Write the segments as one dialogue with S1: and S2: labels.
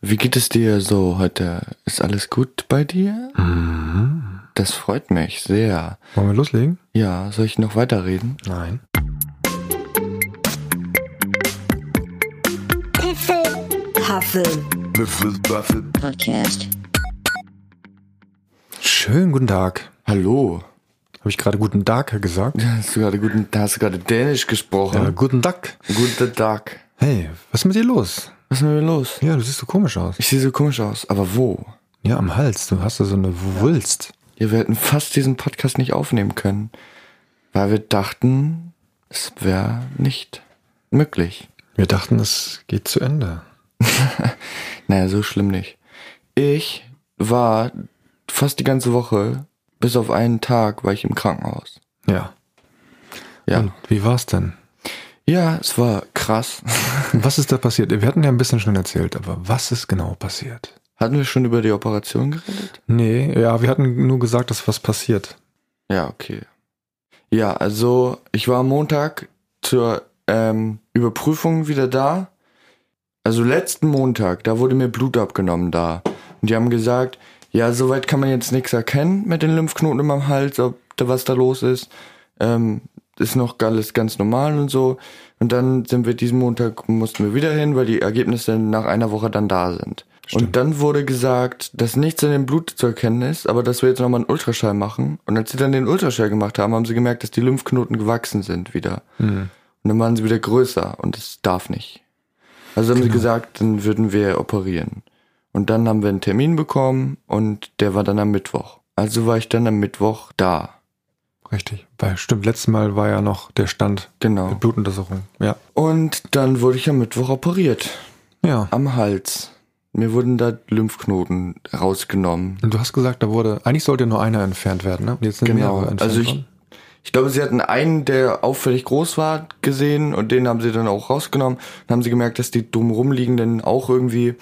S1: Wie geht es dir so heute? Ist alles gut bei dir?
S2: Mhm.
S1: Das freut mich sehr.
S2: Wollen wir loslegen?
S1: Ja, soll ich noch weiterreden?
S2: Nein.
S3: Huffel Podcast.
S2: Schönen guten Tag.
S1: Hallo.
S2: Habe ich gerade guten Tag gesagt?
S1: Hast du gerade guten, hast du gerade Dänisch
S2: Ja,
S1: gesprochen?
S2: guten Tag.
S1: Guten Tag.
S2: Hey, was ist mit dir los?
S1: Was ist denn hier los?
S2: Ja, du siehst so komisch aus.
S1: Ich sehe so komisch aus, aber wo?
S2: Ja, am Hals. Du hast da so eine Wulst.
S1: Ja, wir hätten fast diesen Podcast nicht aufnehmen können, weil wir dachten, es wäre nicht möglich.
S2: Wir dachten, es geht zu Ende.
S1: Naja, so schlimm nicht. Ich war fast die ganze Woche, bis auf einen Tag, war ich im Krankenhaus.
S2: Ja.
S1: Ja.
S2: Und wie war's denn?
S1: Ja, es war krass.
S2: Was ist da passiert? Wir hatten ja ein bisschen schon erzählt, aber was ist genau passiert?
S1: Hatten wir schon über die Operation geredet?
S2: Nee, ja, wir hatten nur gesagt, dass was passiert.
S1: Ja, okay. Ja, also ich war am Montag zur ähm, Überprüfung wieder da. Also letzten Montag, da wurde mir Blut abgenommen da. Und die haben gesagt, ja, soweit kann man jetzt nichts erkennen mit den Lymphknoten in meinem Hals, ob da was da los ist. Ähm, ist noch alles ganz normal und so. Und dann sind wir diesen Montag, mussten wir wieder hin, weil die Ergebnisse nach einer Woche dann da sind. Und dann wurde gesagt, dass nichts in dem Blut zu erkennen ist, aber dass wir jetzt nochmal einen Ultraschall machen. Und als sie dann den Ultraschall gemacht haben, haben sie gemerkt, dass die Lymphknoten gewachsen sind wieder. Und dann waren sie wieder größer und das darf nicht. Also haben sie gesagt, dann würden wir operieren. Und dann haben wir einen Termin bekommen und der war dann am Mittwoch. Also war ich dann am Mittwoch da.
S2: Richtig. Weil stimmt, letztes Mal war ja noch der Stand
S1: Genau.
S2: mit Blutuntersuchung. Ja.
S1: Und dann wurde ich am Mittwoch operiert.
S2: Ja.
S1: Am Hals. Mir wurden da Lymphknoten rausgenommen.
S2: Und du hast gesagt, da wurde, eigentlich sollte nur einer entfernt werden, ne? Und jetzt sind
S1: Genau.
S2: mehrere entfernt
S1: Also ich,
S2: worden.
S1: ich glaube, sie hatten einen, der auffällig groß war, gesehen und den haben sie dann auch rausgenommen. Dann haben sie gemerkt, dass die dumm rumliegenden auch irgendwie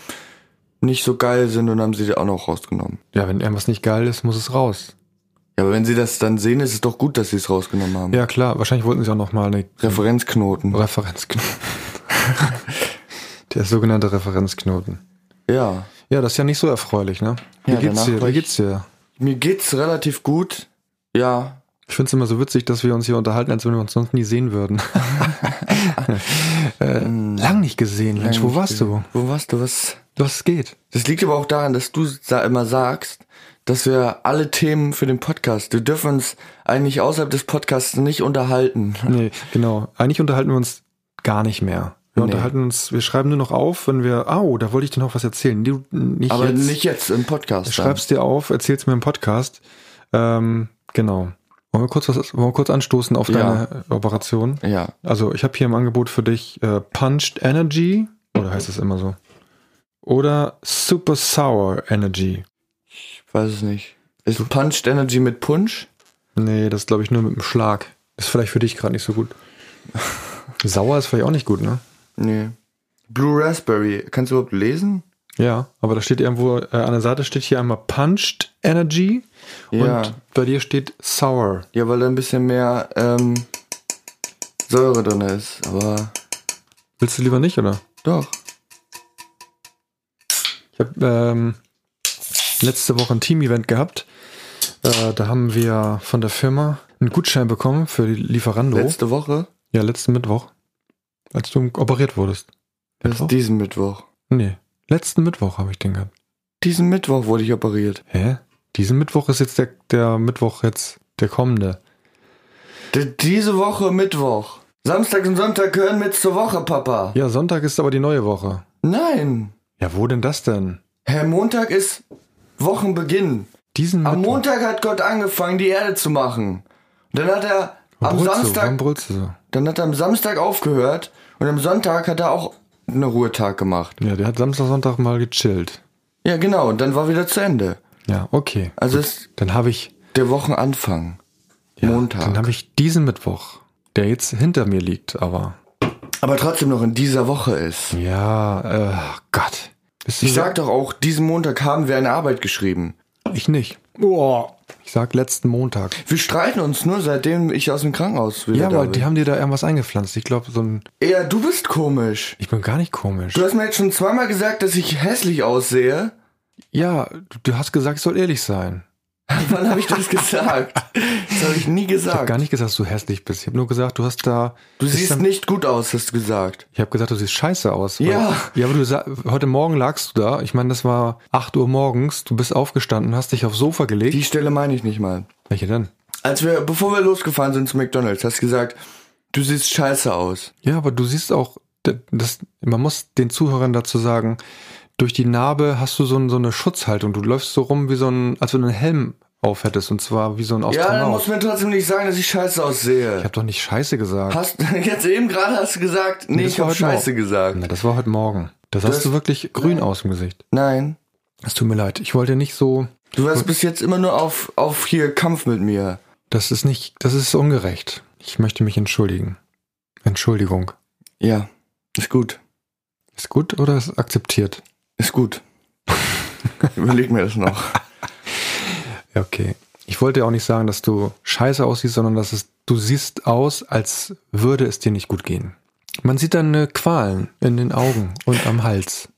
S1: nicht so geil sind und haben sie die auch noch rausgenommen.
S2: Ja, wenn irgendwas nicht geil ist, muss es raus.
S1: Ja, aber wenn sie das dann sehen, ist es doch gut, dass sie es rausgenommen haben.
S2: Ja, klar. Wahrscheinlich wollten sie auch nochmal eine
S1: Referenzknoten.
S2: Referenzknoten. der sogenannte Referenzknoten.
S1: Ja.
S2: Ja, das ist ja nicht so erfreulich, ne? Wie
S1: Ja,
S2: geht's
S1: danach
S2: dir?
S1: war
S2: Wie
S1: ich-
S2: geht's dir?
S1: Mir geht's relativ gut. Ja.
S2: Ich find's immer so witzig, dass wir uns hier unterhalten, als wenn wir uns sonst nie sehen würden. äh,
S1: Mm.
S2: lang nicht gesehen, Mensch. Wo warst du?
S1: Wo warst du? Was?
S2: Was geht?
S1: Das liegt aber auch daran, dass du sa immer sagst, dass wir alle Themen für den Podcast, wir dürfen uns eigentlich außerhalb des Podcasts nicht unterhalten.
S2: Nee, genau. Eigentlich unterhalten wir uns gar nicht mehr. Wir
S1: Nee.
S2: unterhalten uns, wir schreiben nur noch auf, wenn wir, au, da wollte ich dir noch was erzählen. Du, nicht
S1: Aber
S2: jetzt.
S1: nicht jetzt im Podcast. dann.
S2: Schreib's dir auf, erzähl's mir im Podcast. Ähm, genau. Wollen wir kurz was, wollen wir kurz anstoßen auf
S1: Ja.
S2: deine Operation?
S1: Ja.
S2: Also ich habe hier im Angebot für dich äh, Punched Energy, oder heißt das immer so? Oder Super Sour Energy.
S1: Ich weiß es nicht. Ist Punched Energy mit Punsch?
S2: Nee, das glaube ich nur mit dem Schlag. Ist vielleicht für dich gerade nicht so gut. Sauer ist vielleicht auch nicht gut, ne?
S1: Nee. Blue Raspberry. Kannst du überhaupt lesen?
S2: Ja, aber da steht irgendwo, äh, an der Seite steht hier einmal Punched Energy
S1: Ja.
S2: und bei dir steht Sour.
S1: Ja, weil da ein bisschen mehr ähm, Säure drin ist. Aber
S2: Willst du lieber nicht, oder?
S1: doch.
S2: Ich habe ähm, letzte Woche ein Team-Event gehabt. Äh, da haben wir von der Firma einen Gutschein bekommen für die Lieferando.
S1: Letzte Woche
S2: Ja, letzten Mittwoch. Als du operiert wurdest.
S1: ist diesen Mittwoch.
S2: Nee, letzten Mittwoch habe ich den gehabt.
S1: Diesen Mittwoch wurde ich operiert.
S2: Hä? Diesen Mittwoch ist jetzt der, der Mittwoch jetzt der kommende.
S1: D diese Woche Mittwoch. Samstag und Sonntag gehören mit zur Woche, Papa.
S2: Ja, Sonntag ist aber die neue Woche.
S1: Nein.
S2: Ja, wo denn das denn?
S1: Herr Montag ist Wochenbeginn.
S2: Diesen
S1: Am
S2: Mittwoch.
S1: Montag hat Gott angefangen, die Erde zu machen. Und dann hat er am
S2: Brütze,
S1: Samstag
S2: Warum brüllst du so?
S1: Dann hat er am Samstag aufgehört und am Sonntag hat er auch einen Ruhetag gemacht.
S2: Ja, der hat Samstag, Sonntag mal gechillt.
S1: Ja, genau, und dann war wieder zu Ende.
S2: Ja, okay.
S1: Also ist
S2: Dann habe ich
S1: der Wochenanfang.
S2: Dann
S1: Montag.
S2: habe ich diesen Mittwoch, der jetzt hinter mir liegt, aber.
S1: Aber trotzdem noch in dieser Woche ist.
S2: Ja, äh, Gott. Bist du
S1: Ich
S2: so-
S1: sag doch auch, diesen Montag haben wir eine Arbeit geschrieben.
S2: ich nicht. Boah. Ich Ich sag letzten Montag.
S1: Wir streiten uns nur, seitdem ich aus dem Krankenhaus wieder
S2: Ja,
S1: da
S2: weil
S1: bin.
S2: die haben dir da irgendwas eingepflanzt. Ich glaube, so ein.
S1: Ja, du bist komisch.
S2: Ich bin gar nicht komisch.
S1: Du hast mir jetzt schon zweimal gesagt, dass ich hässlich aussehe.
S2: Ja, du, du hast gesagt, ich soll ehrlich sein.
S1: Wann habe ich das gesagt? Das habe ich nie
S2: Ich habe
S1: gesagt.
S2: gar nicht gesagt, dass du hässlich bist. Ich habe nur gesagt, du hast da.
S1: du
S2: bist
S1: siehst
S2: da-
S1: nicht gut aus, hast du gesagt.
S2: Ich habe gesagt, du siehst scheiße aus. weil-
S1: Ja.
S2: Ja, aber du sa- heute Morgen lagst du da. Ich meine, das war 8 Uhr morgens. Du bist aufgestanden, hast dich aufs Sofa gelegt.
S1: Die Stelle meine ich nicht mal.
S2: Welche denn?
S1: Als wir, bevor wir losgefahren sind zu McDonalds, hast du gesagt, du siehst scheiße aus.
S2: Ja, aber du siehst auch, d- das, man muss den Zuhörern dazu sagen, durch die Narbe hast du so, ein, so eine Schutzhaltung. Du läufst so rum wie so ein, als wenn du einen Helm aufhättest und zwar wie so ein
S1: Ja, dann
S2: Astronaut.
S1: muss mir trotzdem nicht sagen, dass ich scheiße
S2: ich
S1: aussehe.
S2: habe doch nicht Scheiße gesagt.
S1: Hast jetzt eben gerade hast du gesagt, nee,
S2: Nee, das
S1: ich
S2: war
S1: habe
S2: heute Morgen.
S1: scheiße gesagt.
S2: Na, das war heute Morgen. Das,
S1: Das-
S2: hast du wirklich grün aus dem Gesicht.
S1: Nein.
S2: Es tut mir leid. Ich wollte nicht so.
S1: Du warst bis jetzt immer nur auf, auf hier Kampf mit mir.
S2: Das ist nicht. Das ist ungerecht. Ich möchte mich entschuldigen. Entschuldigung.
S1: Ja, ist gut.
S2: Ist gut oder ist akzeptiert?
S1: Ist gut. Überleg mir das noch.
S2: Ja, okay. Ich wollte ja auch nicht sagen, dass du scheiße aussiehst, sondern dass es, du siehst aus, als würde es dir nicht gut gehen. Man sieht deine Qualen in den Augen und am Hals.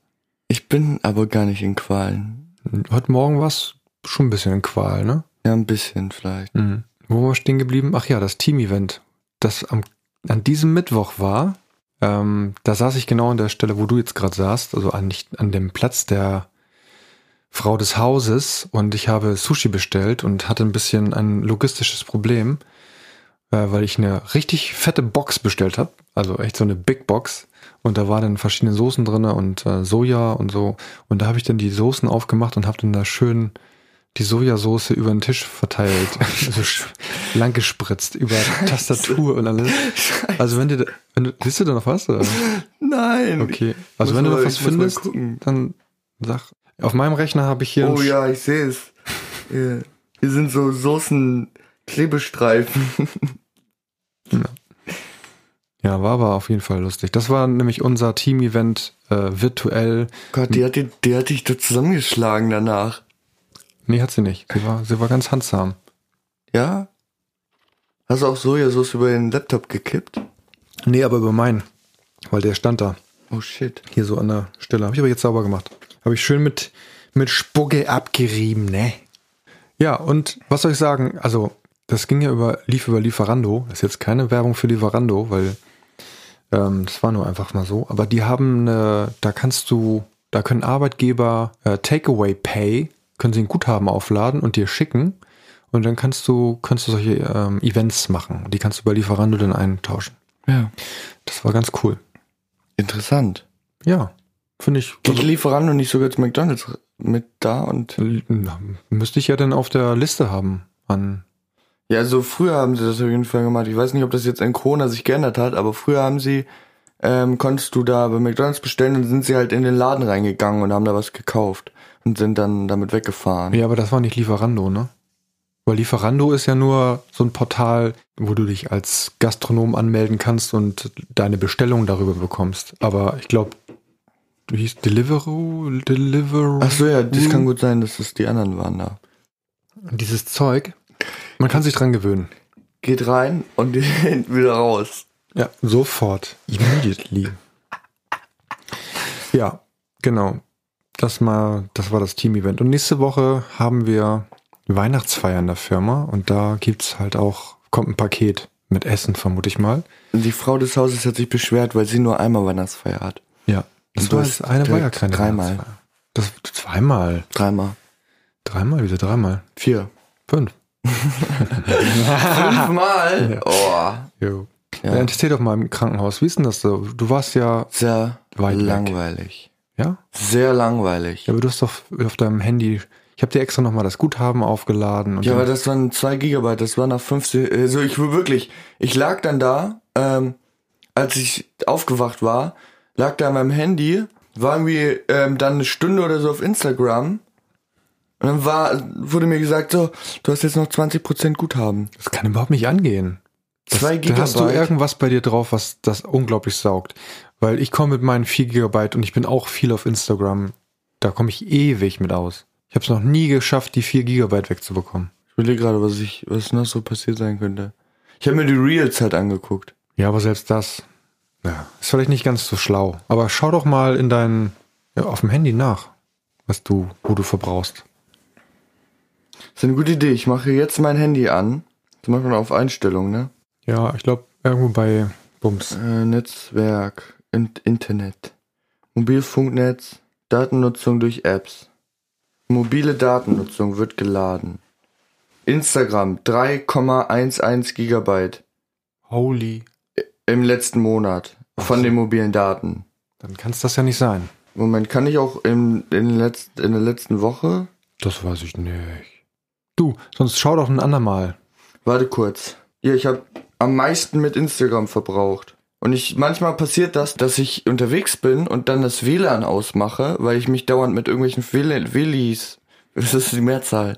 S1: Ich bin aber gar nicht in Qualen.
S2: Heute Morgen war es schon ein bisschen ein Qual, ne?
S1: Ja, ein bisschen vielleicht.
S2: Mhm. Wo waren wir stehen geblieben? Ach ja, das Team-Event, das am, an diesem Mittwoch war. Ähm, da saß ich genau an der Stelle, wo du jetzt gerade saßt, also an, nicht, an dem Platz der Frau des Hauses und ich habe Sushi bestellt und hatte ein bisschen ein logistisches Problem, äh, weil ich eine richtig fette Box bestellt habe, also echt so eine Big Box und da waren dann verschiedene Soßen drin und äh, Soja und so und da habe ich dann die Soßen aufgemacht und habe dann da schön die Sojasauce über den Tisch verteilt, also sch- lang gespritzt über Tastatur und alles. Also wenn dir, da- wenn du, siehst du da noch was? Oder?
S1: Nein.
S2: Okay. Also wenn du
S1: mal-
S2: noch was
S1: ich muss mal
S2: findest,
S1: gucken.
S2: dann sag. Auf meinem Rechner habe ich hier.
S1: Oh
S2: ein-
S1: ja, ich sehe es. Ja. Hier sind so Soßen-Klebestreifen.
S2: ja, war aber auf jeden Fall lustig. Das war nämlich unser Team-Event äh, virtuell.
S1: Oh Gott, die hat, die, die hat dich da zusammengeschlagen danach.
S2: Nee, hat sie nicht. Sie war, sie war ganz handsam.
S1: Ja? Hast du auch Sojasauce über den Laptop gekippt?
S2: Nee, aber über meinen. Weil der stand da.
S1: Oh shit.
S2: Hier so an der Stelle. Habe ich aber jetzt sauber gemacht. Habe ich schön mit, mit Spucke abgerieben, ne? Ja, und was soll ich sagen? Also, das ging ja über, lief über Lieferando. Ist jetzt keine Werbung für Lieferando, weil ähm, das war nur einfach mal so. Aber die haben, eine, da kannst du, da können Arbeitgeber äh, Takeaway Pay, können sie ein Guthaben aufladen und dir schicken. Und dann kannst du, kannst du solche ähm, Events machen. Die kannst du bei Lieferando dann eintauschen.
S1: Ja.
S2: Das war ganz cool.
S1: Interessant.
S2: Ja, finde ich. Also
S1: Geht Lieferando nicht sogar zu McDonalds mit da und.
S2: Na, Müsste ich ja dann auf der Liste haben. An
S1: Ja, so früher haben sie das auf jeden Fall gemacht. Ich weiß nicht, ob das jetzt in Corona sich geändert hat, aber früher haben sie, ähm, konntest du da bei McDonalds bestellen und sind sie halt in den Laden reingegangen und haben da was gekauft und sind dann damit weggefahren.
S2: ja, aber das war nicht Lieferando, ne? Weil Lieferando ist ja nur so ein Portal, wo du dich als Gastronom anmelden kannst und deine Bestellung darüber bekommst. Aber ich glaube, du hieß Deliveroo, Deliveroo.
S1: Ach so, ja, das kann gut sein, dass es die anderen waren da.
S2: Dieses Zeug. Man kann sich dran gewöhnen.
S1: Geht rein und wieder raus.
S2: Ja, sofort. Immediately. ja, genau. Das, mal, das war das Team-Event. Und nächste Woche haben wir Weihnachtsfeier in der Firma und da gibt's halt auch, kommt ein Paket mit Essen, vermute ich mal.
S1: Die Frau des Hauses hat sich beschwert, weil sie nur einmal Weihnachtsfeier hat.
S2: Ja. Das
S1: Und du
S2: war
S1: hast
S2: das eine war ja
S1: direkt
S2: keine
S1: dreimal.
S2: Weihnachtsfeier. Das zweimal.
S1: Dreimal.
S2: Dreimal wieder, dreimal.
S1: Vier.
S2: Fünf.
S1: Fünfmal? Oh.
S2: Jo.
S1: Ja.
S2: Ja. Erzähl doch mal im Krankenhaus, wie ist denn das so? Du warst ja,
S1: Sehr
S2: Weit weg.
S1: langweilig.
S2: ja?
S1: Sehr langweilig.
S2: Ja, aber du hast doch auf deinem Handy. Ich habe dir extra nochmal das Guthaben aufgeladen. Und
S1: Ja,
S2: dann-
S1: aber das waren zwei Gigabyte, das war nach 50, also ich war wirklich, ich lag dann da, ähm, als ich aufgewacht war, lag da an meinem Handy, war irgendwie ähm, dann eine Stunde oder so auf Instagram und dann war, wurde mir gesagt, so, du hast jetzt noch 20% Guthaben.
S2: das kann überhaupt nicht angehen. Das,
S1: Zwei
S2: Da hast du
S1: Gigabyte.
S2: irgendwas bei dir drauf, was das unglaublich saugt. Weil ich komme mit meinen 4 Gigabyte und ich bin auch viel auf Instagram. Da komme ich ewig mit aus. Ich habe es noch nie geschafft, die 4 Gigabyte wegzubekommen.
S1: Ich überlege gerade, was ich, was noch so passiert sein könnte. Ich habe mir die Reels halt angeguckt.
S2: Ja, aber selbst das ja, ist vielleicht nicht ganz so schlau. Aber schau doch mal in deinen, ja, auf dem Handy nach, was du, wo du verbrauchst.
S1: Das ist eine gute Idee. Ich mache jetzt mein Handy an. Das macht man auf Einstellungen, ne?
S2: Ja, ich glaube, irgendwo bei Bums.
S1: Äh, Netzwerk, in Internet, Mobilfunknetz, Datennutzung durch Apps. Mobile Datennutzung wird geladen. Instagram 3,11 Gigabyte
S2: Holy.
S1: im letzten Monat von
S2: so.
S1: den mobilen Daten.
S2: Dann kann es das ja nicht sein.
S1: Moment, kann ich auch im, in, den letzten, in der letzten Woche?
S2: Das weiß ich nicht. Du, sonst schau doch ein andermal.
S1: Warte kurz. Ja, ich habe am meisten mit Instagram verbraucht. Und ich manchmal passiert das, dass ich unterwegs bin und dann das WLAN ausmache, weil ich mich dauernd mit irgendwelchen WL- WLIs, das ist die Mehrzahl,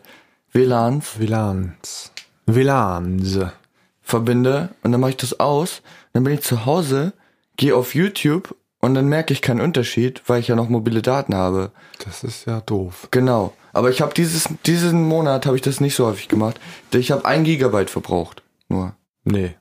S1: WLANs
S2: WLANs. WLANs.
S1: verbinde und dann mache ich das aus, dann bin ich zu Hause, gehe auf YouTube und dann merke ich keinen Unterschied, weil ich ja noch mobile Daten habe.
S2: Das ist ja doof.
S1: Genau. Aber ich habe dieses diesen Monat habe ich das nicht so häufig gemacht. Ich habe ein Gigabyte verbraucht. Nur.
S2: Nee.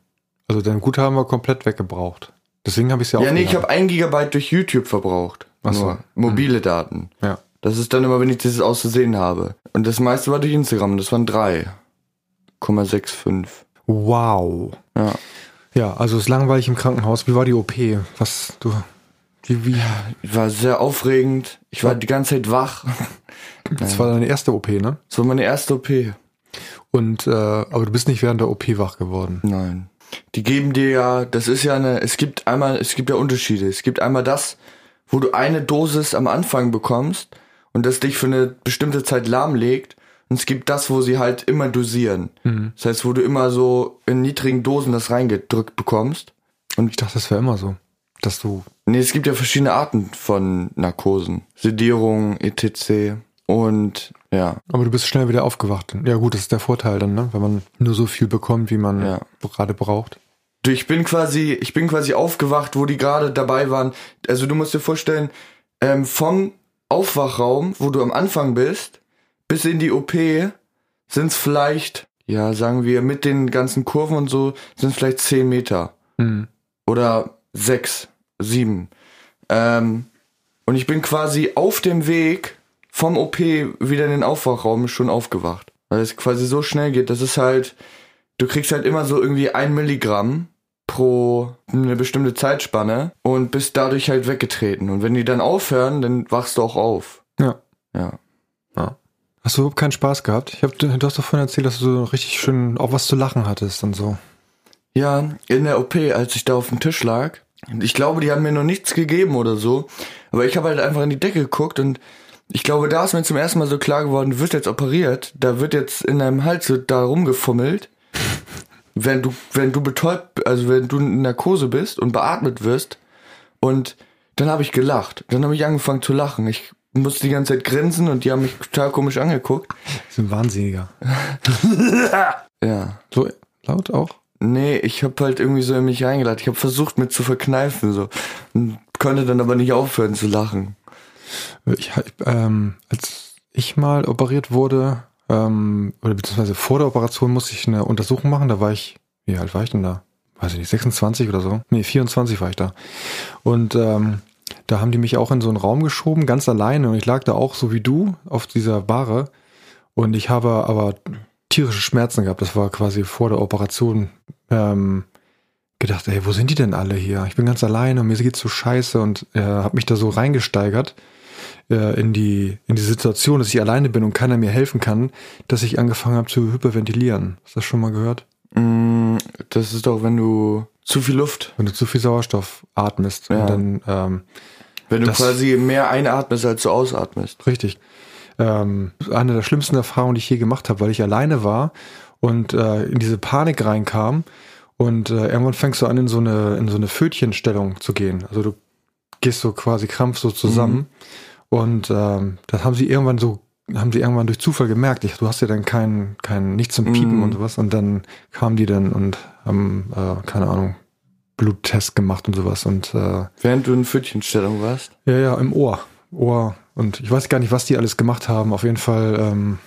S2: Also dein Guthaben war komplett weggebraucht. Deswegen habe ich es ja
S1: Ja, nee, ich
S2: aufgeladen.
S1: habe ein Gigabyte durch YouTube verbraucht.
S2: Ach so. Hm.
S1: Nur. Mobile Daten.
S2: Ja.
S1: Das ist dann immer, wenn ich dieses aus Versehen habe. Und das meiste war durch Instagram. Das waren 3,65.
S2: Wow.
S1: Ja.
S2: Ja, also es ist langweilig im Krankenhaus. Wie war die OP? Was du. Wie, wie?
S1: War sehr aufregend. Ich war die ganze Zeit wach.
S2: Das war deine erste OP, ne?
S1: Das war meine erste OP.
S2: Und äh, aber du bist nicht während der OP wach geworden.
S1: Nein. Die geben dir ja, das ist ja eine, es gibt einmal, es gibt ja Unterschiede. Es gibt einmal das, wo du eine Dosis am Anfang bekommst und das dich für eine bestimmte Zeit lahmlegt. Und es gibt das, wo sie halt immer dosieren. Das heißt, wo du immer so in niedrigen Dosen das reingedrückt bekommst.
S2: Ich dachte, das wäre immer so, dass du
S1: Nee, es gibt ja verschiedene Arten von Narkosen. Sedierung, etc. Und ja,
S2: Aber du bist schnell wieder aufgewacht. Ja gut, das ist der Vorteil dann, ne? wenn man nur so viel bekommt, wie man
S1: Ja.
S2: gerade braucht.
S1: Du, ich bin quasi, ich bin quasi aufgewacht, wo die gerade dabei waren. Also du musst dir vorstellen, ähm, vom Aufwachraum, wo du am Anfang bist, bis in die OP sind es vielleicht, ja, sagen wir, mit den ganzen Kurven und so sind es vielleicht 10 Meter oder sechs, sieben. Ähm, und ich bin quasi auf dem Weg vom OP wieder in den Aufwachraum schon aufgewacht. Weil es quasi so schnell geht. Das ist halt, du kriegst halt immer so irgendwie ein Milligramm pro eine bestimmte Zeitspanne und bist dadurch halt weggetreten. Und wenn die dann aufhören, dann wachst du auch auf.
S2: Ja.
S1: Ja.
S2: Hast du überhaupt keinen Spaß gehabt? Ich hab, du hast doch vorhin erzählt, dass du so richtig schön auch was zu lachen hattest und so.
S1: Ja, in der OP, als ich da auf dem Tisch lag, und ich glaube, die haben mir noch nichts gegeben oder so, aber ich habe halt einfach in die Decke geguckt und ich glaube, da ist mir zum ersten Mal so klar geworden, du wirst jetzt operiert, da wird jetzt in deinem Hals so da rumgefummelt. Wenn du, wenn du betäubt, also wenn du in Narkose bist und beatmet wirst, und dann habe ich gelacht. Dann habe ich angefangen zu lachen. Ich musste die ganze Zeit grinsen und die haben mich total komisch angeguckt.
S2: Das ist ein Wahnsinniger.
S1: Ja.
S2: So laut auch?
S1: Nee, ich hab halt irgendwie so in mich reingelacht. Ich hab versucht, mir zu verkneifen, so. Und konnte dann aber nicht aufhören zu lachen.
S2: Ich, hab- ähm, als ich mal operiert wurde, ähm, oder beziehungsweise vor der Operation musste ich eine Untersuchung machen, da war ich, wie alt war ich denn da? Weiß ich nicht, 26 oder so? Nee, 24 war ich da. Und ähm, da haben die mich auch in so einen Raum geschoben, ganz alleine. Und ich lag da auch so wie du auf dieser Bahre. Und ich habe aber tierische Schmerzen gehabt. Das war quasi vor der Operation. Ähm, gedacht, ey, wo sind die denn alle hier? Ich bin ganz alleine und mir geht's so scheiße und äh, habe mich da so reingesteigert äh, in die in die Situation, dass ich alleine bin und keiner mir helfen kann, dass ich angefangen habe zu hyperventilieren. Hast du das schon mal gehört?
S1: Mm, Das ist doch, wenn du zu viel Luft,
S2: Wenn du zu viel Sauerstoff atmest
S1: Ja.
S2: und dann ähm,
S1: wenn du
S2: Das-
S1: quasi mehr einatmest, als du ausatmest.
S2: Richtig. Ähm, eine der schlimmsten Erfahrungen, die ich je gemacht habe, weil ich alleine war und äh, in diese Panik reinkam und äh, irgendwann fängst du an, in so eine in so eine Fötchenstellung zu gehen. Also du gehst so quasi krampf so zusammen und ähm, das haben sie irgendwann so haben sie irgendwann durch Zufall gemerkt. Ich, du hast ja dann kein kein nichts zum Piepen
S1: Mhm.
S2: und sowas und dann kamen die dann und haben äh, keine Ahnung Bluttest gemacht und sowas und äh,
S1: Während du in Pfötchenstellung warst.
S2: ja, ja, im Ohr. Ohr. Und ich weiß gar nicht, was die alles gemacht haben. Auf jeden Fall ähm,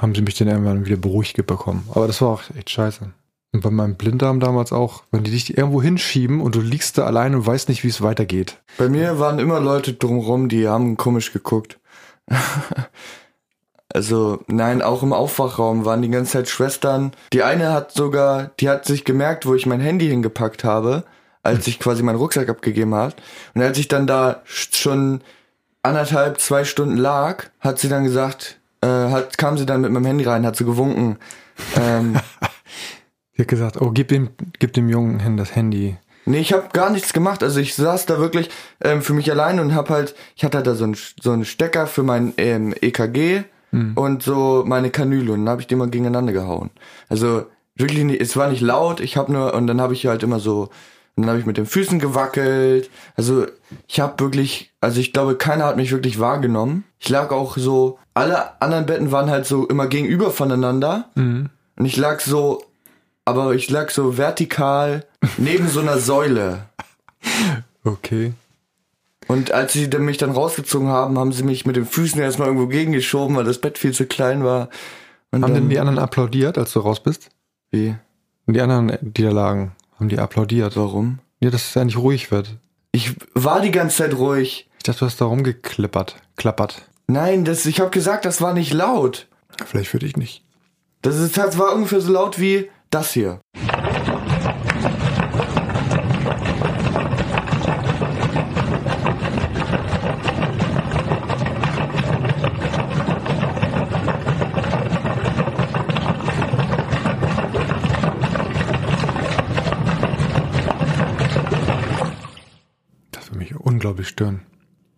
S2: haben sie mich dann irgendwann wieder beruhigt bekommen. Aber das war auch echt scheiße. Und bei meinem Blinddarm damals auch, wenn die dich irgendwo hinschieben und du liegst da allein und weißt nicht, wie es weitergeht.
S1: Bei mir waren immer Leute drumrum, die haben komisch geguckt. also, nein, auch im Aufwachraum waren die ganze Zeit Schwestern. Die eine hat sogar, die hat sich gemerkt, wo ich mein Handy hingepackt habe, als ich quasi meinen Rucksack abgegeben habe. Und als ich dann da schon anderthalb, zwei Stunden lag, hat sie dann gesagt, äh, hat, kam sie dann mit meinem Handy rein, hat sie gewunken. Ähm,
S2: Sie hat gesagt, oh, gib dem, gib dem jungen Herrn das Handy.
S1: Nee, ich habe gar nichts gemacht. Also ich saß da wirklich ähm, für mich allein und hab halt, ich hatte halt da so einen, so einen Stecker für mein ähm, EKG
S2: Mhm.
S1: und so meine Kanüle und dann habe ich die mal gegeneinander gehauen. Also wirklich, nicht, es war nicht laut. Ich habe nur und dann habe ich halt immer so, und dann habe ich mit den Füßen gewackelt. Also ich habe wirklich, also ich glaube, keiner hat mich wirklich wahrgenommen. Ich lag auch so, alle anderen Betten waren halt so immer gegenüber voneinander. Und ich lag so, aber ich lag so vertikal neben so einer Säule.
S2: Okay.
S1: Und als sie dann mich dann rausgezogen haben, haben sie mich mit den Füßen erstmal irgendwo gegengeschoben, weil das Bett viel zu klein war. Und
S2: Haben
S1: dann,
S2: denn die anderen applaudiert, als du raus bist?
S1: wie?
S2: Und die anderen, die da lagen, haben die applaudiert.
S1: Warum?
S2: Ja, dass es eigentlich ruhig wird.
S1: Ich war die ganze Zeit ruhig.
S2: Ich dachte, du hast da rumgeklippert, klappert.
S1: Nein, das, ich habe gesagt, das war nicht laut.
S2: Vielleicht für dich nicht.
S1: Das, ist, das war ungefähr so laut wie das hier.
S2: Das würde mich unglaublich stören.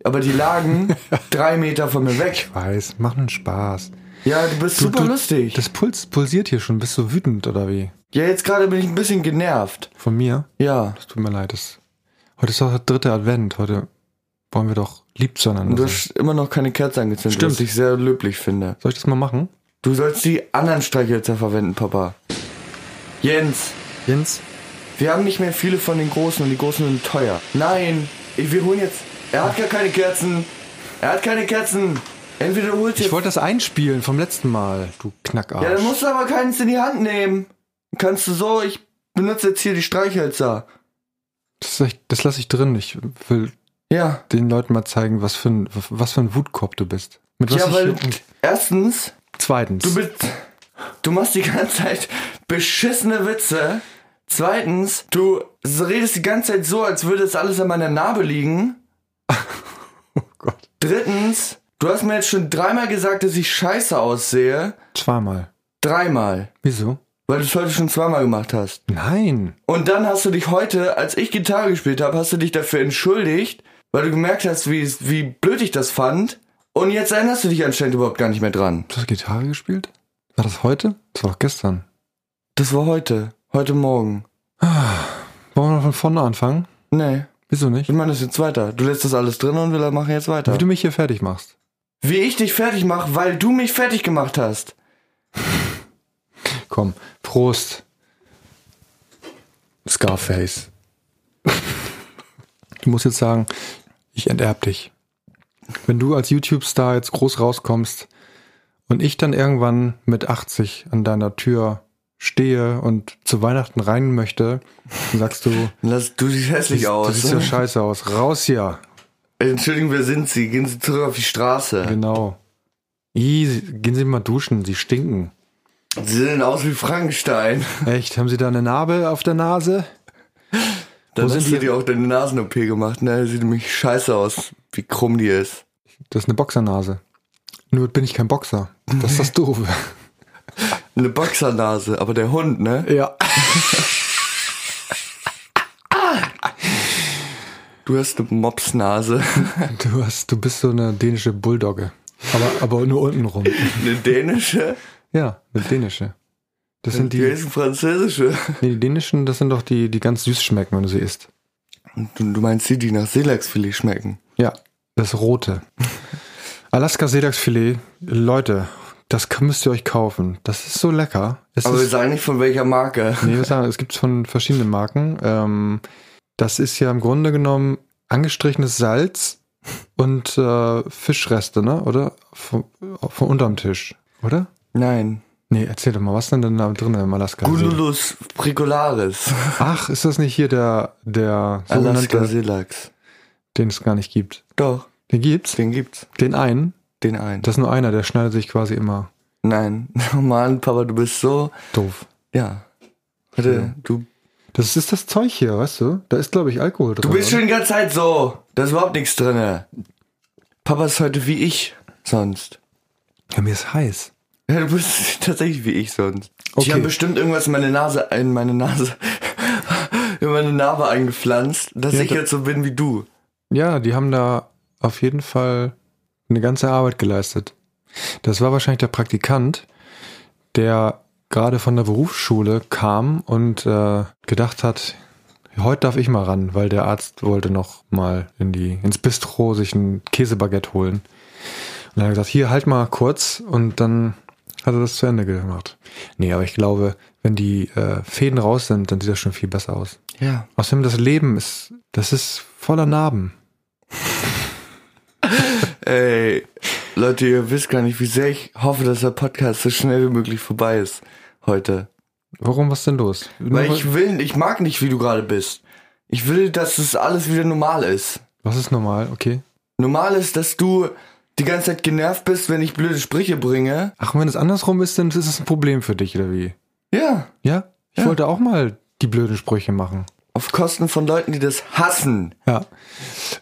S1: Aber die lagen drei Meter von mir weg.
S2: Weiß, macht einen Spaß.
S1: Ja, du bist super
S2: du,
S1: lustig.
S2: Das Puls pulsiert hier schon. Bist du wütend oder wie?
S1: ja, jetzt gerade bin ich ein bisschen genervt.
S2: Von mir?
S1: Ja.
S2: Das tut mir leid. Das, heute ist doch der dritte Advent. Heute wollen wir doch lieb zueinander
S1: Du
S2: sein.
S1: hast immer noch keine Kerze angezündet,
S2: Stimmt.
S1: was ich sehr löblich finde.
S2: Soll ich das mal machen?
S1: Du sollst die anderen Streichhölzer verwenden, Papa. Jens,
S2: Jens?
S1: wir haben nicht mehr viele von den Großen und die Großen sind teuer. Nein, ich, wir holen jetzt... Er hat gar keine Kerzen. Er hat keine Kerzen. Entweder du holst
S2: Ich
S1: jetzt...
S2: wollte das einspielen vom letzten Mal, du Knackarsch.
S1: Ja, dann musst du aber keins in die Hand nehmen. Kannst du so, ich benutze jetzt hier die Streichhölzer.
S2: das ist echt- das lasse ich drin. Ich will
S1: Ja.
S2: den Leuten mal zeigen, was für ein, was für ein Wutkorb du bist. Mit was
S1: Ja,
S2: ich
S1: weil
S2: hier-
S1: erstens,
S2: zweitens.
S1: du bist... Du machst die ganze Zeit beschissene Witze. Zweitens, du redest die ganze Zeit so, als würde es alles an meiner Narbe liegen.
S2: oh Gott.
S1: Drittens, du hast mir jetzt schon dreimal gesagt, dass ich scheiße aussehe.
S2: Zweimal.
S1: Dreimal.
S2: Wieso?
S1: Weil du es heute schon zweimal gemacht hast.
S2: Nein.
S1: Und dann hast du dich heute, als ich Gitarre gespielt habe, hast du dich dafür entschuldigt, weil du gemerkt hast, wie, es- wie blöd ich das fand. Und jetzt erinnerst du dich anscheinend überhaupt gar nicht mehr dran.
S2: Du hast Gitarre gespielt? War das heute? Das war doch gestern.
S1: Das war heute. Heute Morgen.
S2: Wollen wir noch von vorne anfangen?
S1: Nee,
S2: Wieso nicht?
S1: ich meine das jetzt weiter. Du lässt das alles drin und wir machen jetzt weiter.
S2: Wie du mich hier fertig machst.
S1: Wie ich dich fertig mache, weil du mich fertig gemacht hast.
S2: Komm, Prost. Scarface. du musst jetzt sagen, ich enterb dich. Wenn du als YouTube-Star jetzt groß rauskommst und ich dann irgendwann mit 80 an deiner Tür stehe und zu Weihnachten rein möchte, dann sagst du,
S1: Lass, du siehst hässlich
S2: du
S1: aus. Äh,
S2: siehst ja scheiße aus. Raus hier.
S1: Entschuldigung, wer sind sie? Gehen sie zurück auf die Straße.
S2: Genau. Ih, gehen Sie mal duschen, Sie stinken.
S1: Sie sehen aus wie Frankenstein.
S2: Echt, haben Sie da eine Narbe auf der Nase?
S1: Dann
S2: Wo sind
S1: hast du
S2: die-
S1: dir auch deine Nasen-OP gemacht. Ne, sieht nämlich scheiße aus, wie krumm die ist.
S2: Das ist eine Boxernase. Nur bin ich kein Boxer. Das ist das Doofe.
S1: Eine Boxernase, aber der Hund, ne?
S2: ja.
S1: Du hast eine Mopsnase.
S2: Du, hast, du bist so eine dänische Bulldogge. Aber, aber nur unten rum.
S1: Eine dänische?
S2: Ja, eine dänische. Das sind
S1: Äh, Die
S2: die,
S1: ist eine französische.
S2: nee, die dänischen, das sind doch die, die ganz süß schmecken, wenn du sie isst.
S1: Und du, du meinst die, die nach Seelachsfilet schmecken?
S2: Ja, das rote. Alaska Seelachsfilet, Leute, das k- müsst ihr euch kaufen. Das ist so lecker. Es
S1: Aber wir
S2: ist,
S1: sagen nicht von welcher Marke.
S2: nee, wir sagen, es gibt von verschiedenen Marken. Ähm, das ist ja im Grunde genommen angestrichenes Salz und äh, Fischreste, ne? Oder? Von, von unterm Tisch, oder?
S1: Nein.
S2: Nee, erzähl doch mal, was denn denn da drin im Alaska?
S1: Gululus pricularis.
S2: Ach, ist das nicht hier der, der
S1: Alaska
S2: sogenannte,
S1: Silax.
S2: den es gar nicht gibt?
S1: Doch,
S2: Den gibt's?
S1: den gibt's.
S2: Den einen?
S1: Den einen.
S2: Das ist nur einer, der schneidet sich quasi immer
S1: Nein. Mann, Papa, du bist so.
S2: doof.
S1: Ja. Warte, du.
S2: Das ist das Zeug hier, weißt du? Da ist, glaube ich, Alkohol drin.
S1: Du bist
S2: oder?
S1: schon die ganze Zeit so. Da ist überhaupt nichts drinne. Papa ist heute wie ich sonst.
S2: ja, mir ist heiß.
S1: Ja, du bist tatsächlich wie ich sonst. Ich
S2: Okay.
S1: habe bestimmt irgendwas in meine Nase, in meine Nase, in meine Narbe eingepflanzt, dass
S2: Ja,
S1: ich
S2: da-
S1: jetzt so bin wie du.
S2: Ja, die haben da auf jeden Fall eine ganze Arbeit geleistet. Das war wahrscheinlich der Praktikant, der gerade von der Berufsschule kam und äh, gedacht hat, heute darf ich mal ran, weil der Arzt wollte noch mal in die, ins Bistro sich ein Käsebaguette holen. Und dann hat er gesagt, hier, halt mal kurz und dann hat er das zu Ende gemacht. Nee, aber ich glaube, wenn die äh, Fäden raus sind, dann sieht das schon viel besser aus.
S1: Ja.
S2: Außerdem das Leben ist, das ist voller Narben.
S1: Ey, Leute, ihr wisst gar nicht, wie sehr ich hoffe, dass der Podcast so schnell wie möglich vorbei ist heute.
S2: Warum, was denn los?
S1: Weil
S2: Nur-
S1: ich will, ich mag nicht, wie du gerade bist. Ich will, dass es alles wieder normal ist.
S2: was ist normal? Okay.
S1: Normal ist, dass du die ganze Zeit genervt bist, wenn ich blöde Sprüche bringe.
S2: Ach, wenn es andersrum ist, dann ist es ein Problem für dich, oder wie?
S1: Ja.
S2: Ja? Ich
S1: Ja.
S2: wollte auch mal die blöden Sprüche machen.
S1: Auf Kosten von Leuten, die das hassen.
S2: Ja.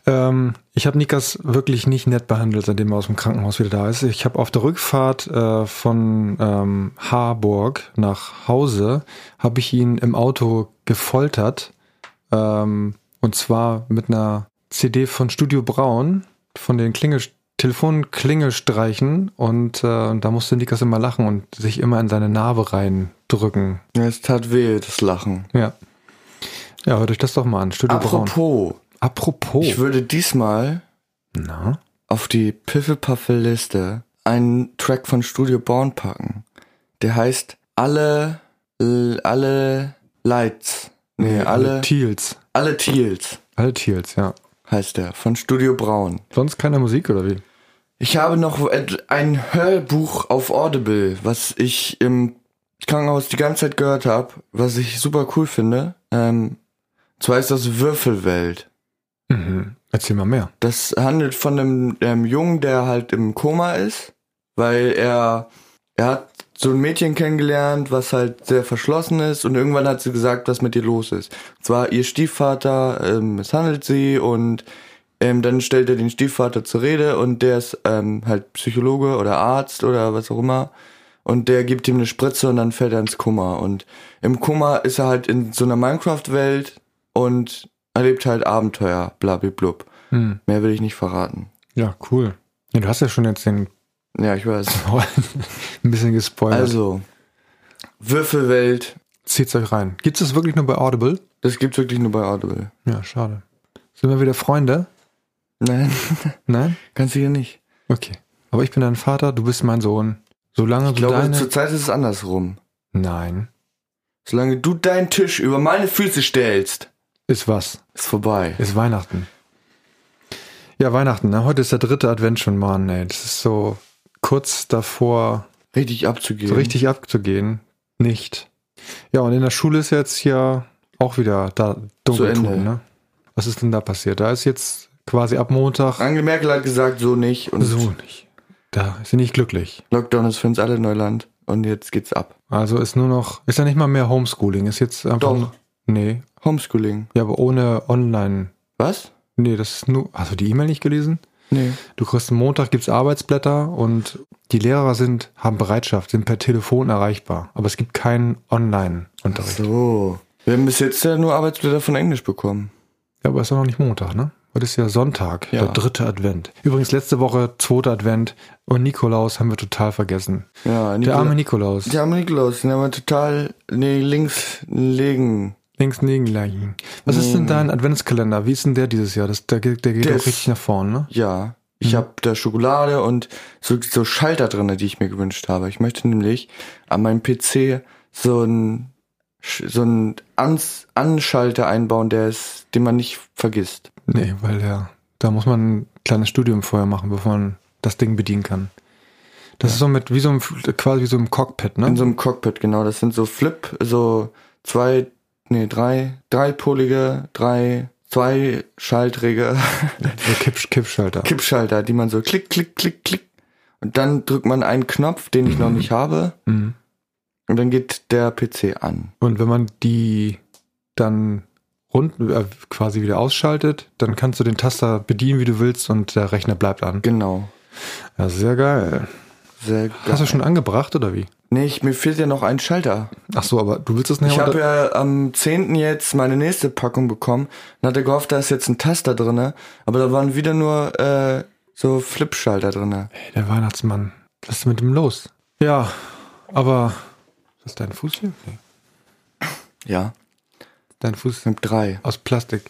S2: Ähm, ich habe Nikas wirklich nicht nett behandelt, seitdem er aus dem Krankenhaus wieder da ist. Ich habe auf der Rückfahrt äh, von ähm, Harburg nach Hause, habe ich ihn im Auto gefoltert. Ähm, und zwar mit einer CD von Studio Braun, von den Klingel Telefon-Klingestreichen. Und äh, da musste Nikas immer lachen und sich immer in seine Narbe reindrücken.
S1: Ja, es tat weh, das Lachen.
S2: Ja. Ja, hört euch das doch mal an. Studio Braun. Oh.
S1: Apropos,
S2: Apropos.
S1: ich würde diesmal
S2: Na?
S1: auf die Piffelpaffel-Liste einen Track von Studio Born packen. Der heißt Alle, l- alle Lights. Nee, alle,
S2: Teals.
S1: alle Teals
S2: Alle Teals, ja.
S1: heißt der, von Studio Braun.
S2: Sonst keine Musik oder wie?
S1: Ich habe noch et- ein Hörbuch auf Audible, was ich im Krankenhaus die ganze Zeit gehört habe, was ich super cool finde. Ähm, zwar ist das Würfelwelt.
S2: Mhm. Erzähl mal mehr.
S1: Das handelt von einem ähm, Jungen, der halt im Koma ist, weil er, er hat so ein Mädchen kennengelernt, was halt sehr verschlossen ist und irgendwann hat sie gesagt, was mit ihr los ist. Und zwar ihr Stiefvater ähm, misshandelt sie und ähm, dann stellt er den Stiefvater zur Rede und der ist ähm, halt Psychologe oder Arzt oder was auch immer und der gibt ihm eine Spritze und dann fällt er ins Koma und im Koma ist er halt in so einer Minecraft-Welt und erlebt halt Abenteuer, blablablub.
S2: Mhm.
S1: Mehr will ich nicht verraten.
S2: Ja, cool. Ja, du hast ja schon jetzt den
S1: Ja, ich weiß.
S2: ein bisschen gespoilert.
S1: Also,
S2: Also.
S1: Würfelwelt,
S2: Zieht's euch rein. Gibt's das wirklich nur bei Audible?
S1: das gibt's wirklich nur bei Audible.
S2: Ja, schade. Sind wir wieder Freunde?
S1: Nein,
S2: Nein?
S1: ganz sicher nicht.
S2: Okay. Aber ich bin dein Vater, du bist mein Sohn. Solange
S1: Ich
S2: du
S1: glaube,
S2: deine...
S1: zurzeit ist es andersrum.
S2: Nein.
S1: Solange du deinen Tisch über meine Füße stellst,
S2: Ist was?
S1: ist vorbei.
S2: Ist Weihnachten. Ja, Weihnachten. Ne? Heute ist der dritte Advent schon, Mann, ey. Das ist so kurz davor,
S1: Richtig abzugeben.
S2: so richtig abzugehen. Nicht. Ja, und in der Schule ist jetzt ja auch wieder da dunkel
S1: Ende.
S2: tun, ne? Was ist denn da passiert? Da ist jetzt quasi ab Montag
S1: Angela Merkel hat gesagt, so nicht. Und
S2: so nicht. Da ist sie nicht glücklich.
S1: Lockdown ist für uns alle Neuland. Und jetzt geht's ab.
S2: Also ist nur noch, ist ja nicht mal mehr Homeschooling, ist jetzt einfach.
S1: Doch.
S2: Nee.
S1: Homeschooling.
S2: Ja, aber ohne online.
S1: Was?
S2: Nee, das ist nur. Hast du die E-Mail nicht gelesen?
S1: Nee.
S2: Du kriegst am Montag gibt's Arbeitsblätter und die Lehrer sind, haben Bereitschaft, sind per Telefon erreichbar. Aber es gibt keinen Online-Unterricht.
S1: So. Wir haben bis jetzt ja nur Arbeitsblätter von Englisch bekommen.
S2: Ja, aber es ist doch noch nicht Montag, ne? Heute ist ja Sonntag,
S1: Ja.
S2: der dritte Advent. Übrigens letzte Woche, zweiter Advent und Nikolaus haben wir total vergessen.
S1: Ja,
S2: Der arme
S1: Nikola-
S2: Nikolaus.
S1: Der arme Nikolaus, den haben wir total nee, links legen.
S2: Links neben liegen. Was ist denn dein Adventskalender? Wie ist denn der dieses Jahr? Das, der, geht- der geht
S1: Der
S2: auch
S1: ist-
S2: richtig nach vorne, ne?
S1: Ja, ich habe da Schokolade und so, so Schalter drin, die ich mir gewünscht habe. Ich möchte nämlich an meinem PC so einen Sch- so einen Ans Anschalter einbauen, der ist, den man nicht vergisst.
S2: Nee, weil ja, da muss man ein kleines Studium vorher machen, bevor man das Ding bedienen kann. Das ist so mit, wie so ein, quasi wie so im Cockpit, ne?
S1: In so einem Cockpit, genau. Das sind so Flip, so zwei, nee, drei, dreipolige, drei, zwei Schalträge,
S2: so Kipp, Kippschalter.
S1: Kippschalter, die man so klick, klick, klick, klick. Und dann drückt man einen Knopf, den ich noch nicht habe.
S2: Mhm.
S1: Und dann geht der PC an.
S2: Und wenn man die dann rund, äh, quasi wieder ausschaltet, dann kannst du den Taster bedienen, wie du willst und der Rechner bleibt an.
S1: Genau.
S2: Ja, sehr geil.
S1: Sehr geil.
S2: Hast du schon angebracht oder wie?
S1: Nee, ich, mir fehlt ja noch ein Schalter.
S2: Ach so, aber du willst das nicht
S1: Ich habe
S2: oder?
S1: ja am 10. jetzt meine nächste Packung bekommen und hatte gehofft, da ist jetzt ein Taster drinne, aber da waren wieder nur äh, so Flipschalter drinne.
S2: Ey, der Weihnachtsmann. Was ist mit dem los? Ja, aber ist das dein Fuß hier? Nee.
S1: Ja,
S2: Dein Fuß
S1: mit drei.
S2: aus Plastik.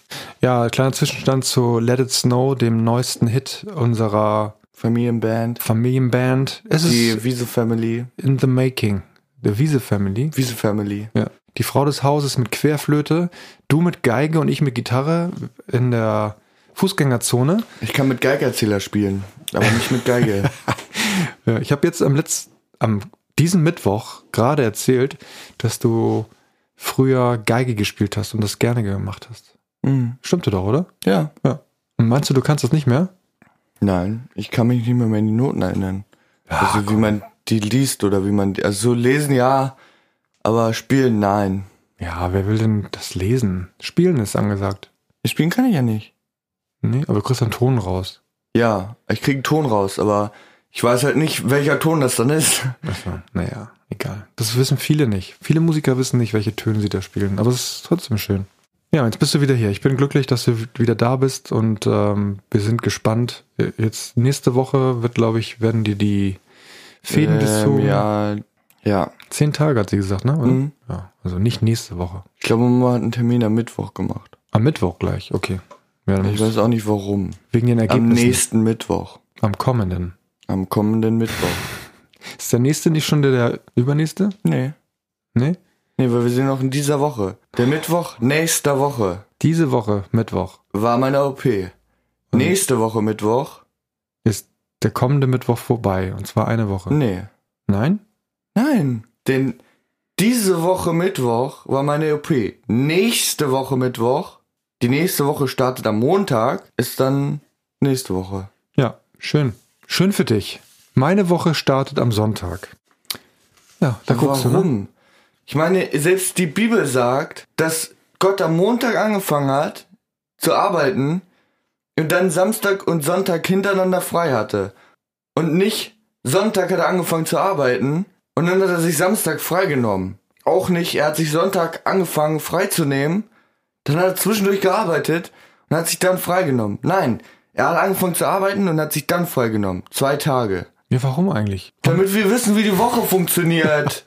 S2: Ja, kleiner Zwischenstand zu Let It Snow, dem neuesten Hit unserer
S1: Familienband,
S2: Familienband. Es ist
S1: die Wiese Family,
S2: in the making. The Wiese Family.
S1: Wiese Family.
S2: Ja. Die Frau des Hauses mit Querflöte, du mit Geige und ich mit Gitarre in der Fußgängerzone.
S1: Ich kann mit Geigerzähler spielen, aber nicht mit Geige.
S2: Ja, ich habe jetzt am letzten, am diesen Mittwoch gerade erzählt, dass du früher Geige gespielt hast und das gerne gemacht hast.
S1: Mhm.
S2: Stimmte doch, oder?
S1: Ja.
S2: Und meinst du, du kannst das nicht mehr?
S1: Nein, ich kann mich nicht mehr, mehr an die Noten erinnern. also wie man die liest oder wie man die, also so lesen ja, aber spielen nein.
S2: Ja, wer will denn das lesen? Spielen ist angesagt.
S1: Spielen kann ich ja nicht.
S2: Nee, aber du kriegst einen Ton raus.
S1: Ja, ich krieg einen Ton raus, aber ich weiß halt nicht, welcher Ton das dann ist.
S2: Achso, naja, egal. Das wissen viele nicht. Viele Musiker wissen nicht, welche Töne sie da spielen, aber es ist trotzdem schön. Ja, jetzt bist du wieder hier. Ich bin glücklich, dass du wieder da bist und ähm, wir sind gespannt. Jetzt nächste Woche wird, glaube ich, werden dir die Fäden bis zu
S1: Ähm, ja, ja.
S2: zehn Tage, hat sie gesagt, ne? Oder?
S1: Mhm.
S2: Ja, also nicht nächste Woche.
S1: Ich glaube, Mama hat einen Termin am Mittwoch gemacht.
S2: Am Mittwoch gleich, okay. Ja, dann
S1: Ich weiß auch nicht warum.
S2: wegen den
S1: Am
S2: Ergebnissen.
S1: nächsten Mittwoch.
S2: Am kommenden.
S1: Am kommenden Mittwoch.
S2: Ist der nächste nicht schon der, der übernächste?
S1: Nee.
S2: Nee?
S1: Nee, weil wir sind noch in dieser Woche. Der Mittwoch nächster Woche
S2: Diese Woche, Mittwoch,
S1: war meine OP. Nächste Woche Mittwoch?
S2: ist der kommende Mittwoch vorbei. Und zwar eine Woche.
S1: Nee.
S2: Nein?
S1: Nein. Denn diese Woche Mittwoch war meine OP. Nächste Woche Mittwoch, die nächste Woche startet am Montag, ist dann nächste Woche.
S2: Ja, schön. Schön für dich. Meine Woche startet am Sonntag. Ja, da guckst du. Ne?
S1: Warum? Ich meine, selbst die Bibel sagt, dass Gott am Montag angefangen hat zu arbeiten und dann Samstag und Sonntag hintereinander frei hatte. Und nicht Sonntag hat er angefangen zu arbeiten und dann hat er sich Samstag freigenommen. Auch nicht, er hat sich Sonntag angefangen freizunehmen, dann hat er zwischendurch gearbeitet und hat sich dann freigenommen. Nein, er hat angefangen zu arbeiten und hat sich dann freigenommen. Zwei Tage.
S2: Ja, warum eigentlich?
S1: Damit wir wissen, wie die Woche funktioniert.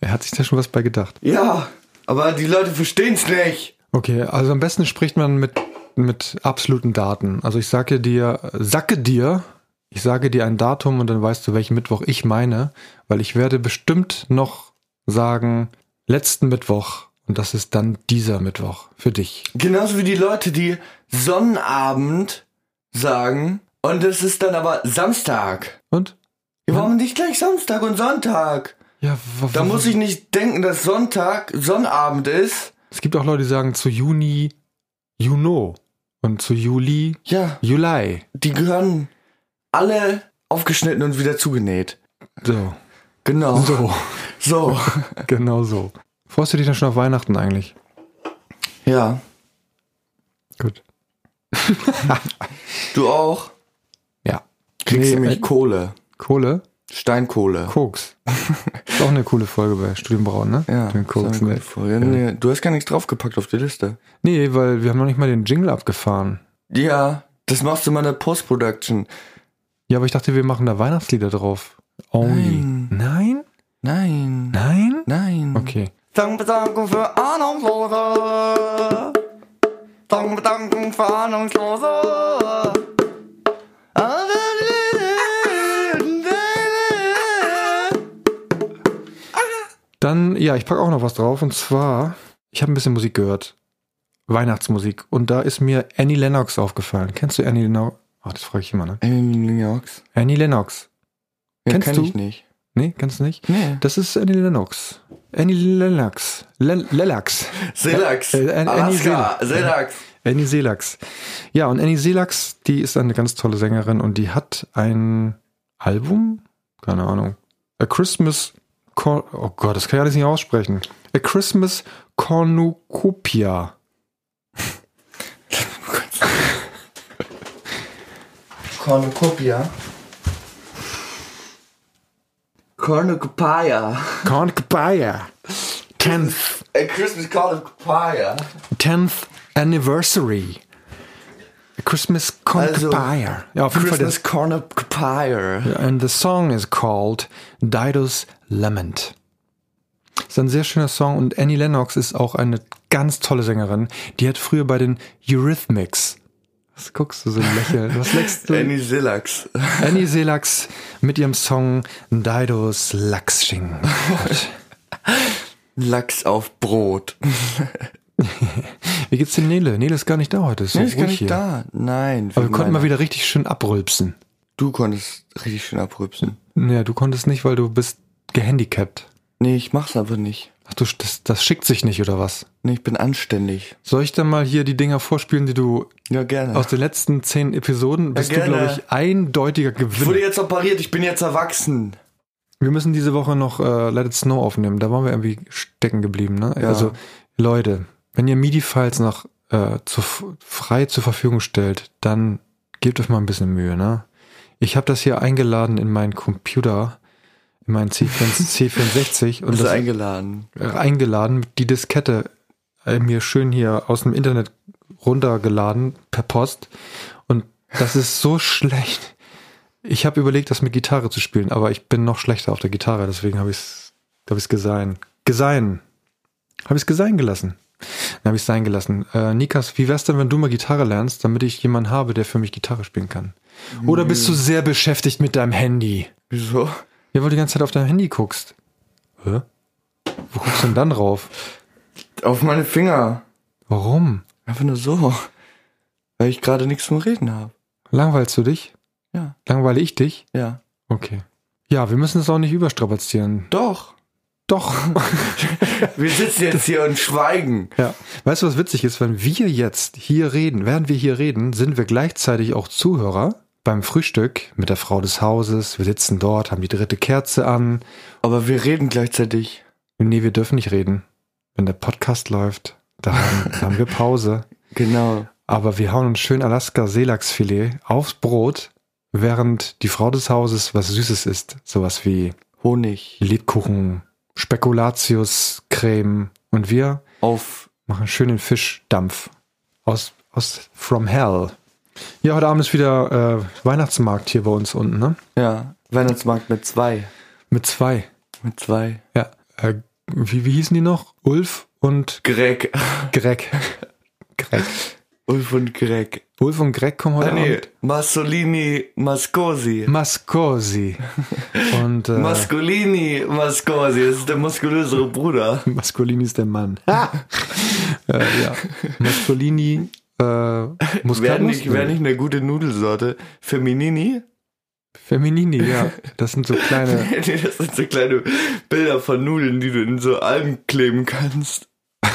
S2: Er hat sich da schon was bei gedacht.
S1: Ja, aber die Leute verstehen's nicht.
S2: Okay, also am besten spricht man mit, mit absoluten Daten. Also ich sage dir, sacke dir, ich sage dir ein Datum und dann weißt du, welchen Mittwoch ich meine, weil ich werde bestimmt noch sagen, letzten Mittwoch und das ist dann dieser Mittwoch für dich.
S1: Genauso wie die Leute, die Sonnabend sagen und es ist dann aber Samstag.
S2: Und?
S1: Ja, Warum nicht gleich Samstag und Sonntag?
S2: Ja,
S1: Da muss ich nicht denken, dass Sonntag Sonnabend ist.
S2: Es gibt auch Leute, die sagen zu Juni, Juno und zu Juli,
S1: Ja,
S2: Juli.
S1: die gehören alle aufgeschnitten und wieder zugenäht.
S2: So,
S1: Genau.
S2: so,
S1: So.
S2: genau so. Freust du dich dann schon auf Weihnachten eigentlich?
S1: Ja.
S2: Gut.
S1: Du auch?
S2: Ja.
S1: Kriegst
S2: Nee,
S1: nämlich
S2: äh,
S1: Kohle.
S2: Kohle?
S1: Steinkohle.
S2: Koks. Ist auch eine coole Folge bei Studienbraun, ne?
S1: ja.
S2: Den Koks,
S1: sagen wir
S2: ne?
S1: vorher. Nee, Du hast gar nichts draufgepackt auf die Liste.
S2: Nee, weil wir haben noch nicht mal den Jingle abgefahren.
S1: Ja, das machst du mal in der Post-Production.
S2: Ja, aber ich dachte, wir machen da Weihnachtslieder drauf. Only. Nein?
S1: Nein.
S2: Nenein?
S1: Nein.
S2: Okay.
S1: Dank bedanken für Ahnungslose. Dank bedanken für Ahnungslose.
S2: Dann, ja, ich packe auch noch was drauf. Und zwar, ich habe ein bisschen Musik gehört. Weihnachtsmusik. Und da ist mir Annie Lennox aufgefallen. Kennst du Annie Lennox? Oh, das frage ich immer, ne?
S1: Annie Lennox.
S2: Annie Lennox.
S1: Ja,
S2: Kennst
S1: kenn
S2: du?
S1: ich nicht.
S2: Nee, kannst du nicht?
S1: Nee.
S2: Das ist Annie Lennox. Annie Lennox. Len- Lelax.
S1: Selax.
S2: Äh, An- Annie
S1: Alaska.
S2: Sel-
S1: Selax.
S2: Annie Selax. Ja, und Annie Selax, die ist eine ganz tolle Sängerin und die hat ein Album? Keine Ahnung. A Christmas Cor Oh Gott, das kann ich alles nicht aussprechen. A Christmas Cornucopia.
S1: Cornucopia. Cornucopia.
S2: Cornucopia. 10th.
S1: A Christmas Cornucopia.
S2: 10th Anniversary. A Christmas
S1: Also,
S2: Cornucopia. ja, auf jeden Fall das.
S1: Christmas Cornucopia.
S2: And the song is called Dido's Lament. Ist ein sehr schöner Song und Annie Lennox ist auch eine ganz tolle Sängerin. Die hat früher bei den Eurythmics. Was guckst du so ein Lächeln? Was lächst du?
S1: Annie Sillax.
S2: Annie Selax mit ihrem Song Dido's Lachsing.
S1: Lachs auf Brot.
S2: Wie geht's denn Nele? Nele ist gar nicht da heute. Ist so
S1: Nee, ist gar
S2: ruhig
S1: nicht
S2: hier.
S1: da. Nein.
S2: Aber wir konnten mal
S1: meiner-
S2: wieder richtig schön abrülpsen.
S1: Du konntest richtig schön abrübsen.
S2: Naja, du konntest nicht, weil du bist gehandicapt.
S1: Nee, ich mach's aber nicht.
S2: Ach du, das, das schickt sich nicht, oder was?
S1: Nee, ich bin anständig.
S2: Soll ich dann mal hier die Dinger vorspielen, die du
S1: Ja, gerne.
S2: aus den letzten zehn Episoden bist du,
S1: gerne.
S2: glaube ich, eindeutiger
S1: ich wurde
S2: Gewinner.
S1: jetzt operiert, ich bin jetzt erwachsen.
S2: Wir müssen diese Woche noch äh, Let It Snow aufnehmen. Da waren wir irgendwie stecken geblieben. Ne? Also Leute, wenn ihr MIDI-Files noch äh, zu, frei zur Verfügung stellt, dann gebt euch mal ein bisschen Mühe. Ne? Ich habe das hier eingeladen in meinen Computer, in meinen C4- C64 und
S1: Bist du
S2: das
S1: eingeladen?
S2: eingeladen, die Diskette äh, mir schön hier aus dem Internet runtergeladen per Post. Und das ist so schlecht. Ich habe überlegt, das mit Gitarre zu spielen, aber ich bin noch schlechter auf der Gitarre, deswegen habe ich es hab ich's gesein. Gesein. Habe ich es gesein gelassen. Dann habe ich es sein gelassen. Äh, Nikas, wie wär's denn, wenn du mal Gitarre lernst, damit ich jemanden habe, der für mich Gitarre spielen kann? Oder bist du sehr beschäftigt mit deinem Handy?
S1: Wieso?
S2: Ja, weil du die ganze Zeit auf dein Handy guckst. Hä? Wo guckst du denn dann drauf?
S1: Auf meine Finger.
S2: Warum?
S1: Einfach nur so. Weil ich gerade nichts zum Reden habe.
S2: Langweilst du dich?
S1: Ja.
S2: Langweile ich dich?
S1: Ja.
S2: Okay. Ja, wir müssen es auch nicht überstrapazieren.
S1: Doch.
S2: Doch.
S1: Wir sitzen jetzt hier und schweigen.
S2: ja. Weißt du, was witzig ist? Wenn wir jetzt hier reden, während wir hier reden, sind wir gleichzeitig auch Zuhörer beim Frühstück mit der Frau des Hauses. Wir sitzen dort, haben die dritte Kerze an.
S1: Aber wir reden gleichzeitig.
S2: Nee, wir dürfen nicht reden. Wenn der Podcast läuft, da haben, da haben wir Pause.
S1: Genau.
S2: Aber wir hauen uns schön Alaska Seelachsfilet aufs Brot, während die Frau des Hauses was Süßes isst. Sowas wie
S1: Honig.
S2: Lebkuchen, Spekulatius, Creme. Und wir
S1: Auf.
S2: machen schön den Fischdampf aus, aus From Hell. Ja, heute Abend ist wieder äh, Weihnachtsmarkt hier bei uns unten, ne?
S1: Ja. Weihnachtsmarkt mit zwei.
S2: Mit zwei.
S1: Mit zwei.
S2: Ja. Äh, wie, wie hießen die noch? Ulf und
S1: Greg.
S2: Greg. Greg.
S1: Ulf und Greg.
S2: Ulf und Greg kommen heute
S1: Ah, nee. Äh.
S2: Abend.
S1: Massolini Mascosi.
S2: Mascosi. Und, äh,
S1: Mascolini Mascosi. Das ist der muskulösere Bruder.
S2: Mascolini ist der Mann. äh, ja. Mascolini äh,
S1: Wäre
S2: Muskatnuss?
S1: nicht, wär nicht eine gute Nudelsorte. Feminini?
S2: Feminini, ja. Das sind so kleine.
S1: Nee, das sind so kleine Bilder von Nudeln, die du in so Alben kleben kannst.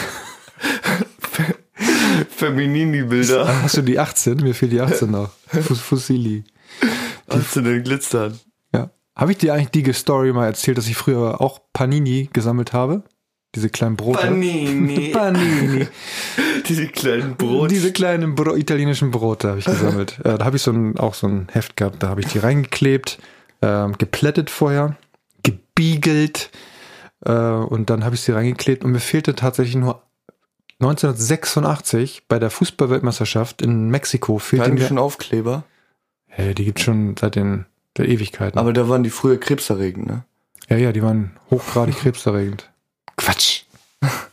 S1: Fe- Feminini-Bilder.
S2: Ah, Hast du die 18? Mir fehlt die 18 noch. Fus Fusili.
S1: Hast du denn glitzern?
S2: Ja. Habe ich dir eigentlich die Story mal erzählt, dass ich früher auch Panini gesammelt habe? Diese kleinen Brote.
S1: Panini.
S2: Panini.
S1: Diese kleinen Brot.
S2: Diese kleinen Bro italienischen Brote habe ich gesammelt. äh, da habe ich so ein, auch so ein Heft gehabt, da habe ich die reingeklebt, ähm, geplättet vorher, gebiegelt äh, und dann habe ich sie reingeklebt und mir fehlte tatsächlich nur 1986 bei der Fußballweltmeisterschaft in Mexiko fehlte
S1: Hatten die
S2: mir.
S1: schon Aufkleber?
S2: Hey, die gibt schon seit den der Ewigkeiten.
S1: Aber da waren die früher krebserregend, ne?
S2: ja, ja, die waren hochgradig krebserregend. Quatsch.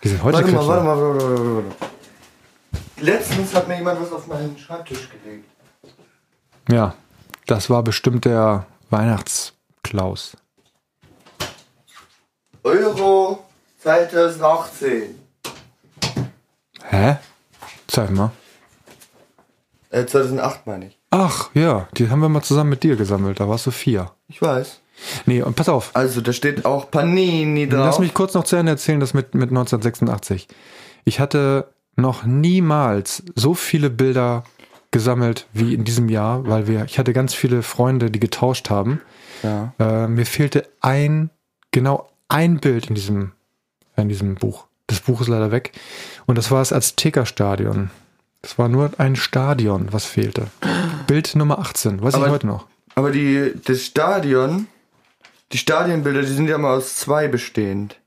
S2: Die sind heute krebserregend.
S1: mal, warte mal, warte mal, warte mal. Letztens hat mir jemand was auf meinen Schreibtisch gelegt.
S2: Ja, das war bestimmt der Weihnachtsklaus.
S1: Euro 2018.
S2: Hä? Zeig mal.
S1: Äh, 2008 meine ich.
S2: Ach, ja, die haben wir mal zusammen mit dir gesammelt. Da warst du vier.
S4: Ich weiß.
S2: Nee, und pass auf.
S4: Also da steht auch Panini drauf.
S2: Lass mich kurz noch zu Ende erzählen, das mit, mit 1986. Ich hatte noch niemals so viele Bilder gesammelt wie in diesem Jahr, weil wir, ich hatte ganz viele Freunde, die getauscht haben.
S4: Ja.
S2: Äh, mir fehlte ein, genau ein Bild in diesem, in diesem Buch. Das Buch ist leider weg. Und das war das Azteca-Stadion. Das war nur ein Stadion, was fehlte. Bild Nummer 18, weiß
S4: Aber-
S2: ich heute noch.
S4: Aber die, das Stadion, die Stadienbilder, die sind ja mal aus zwei bestehend.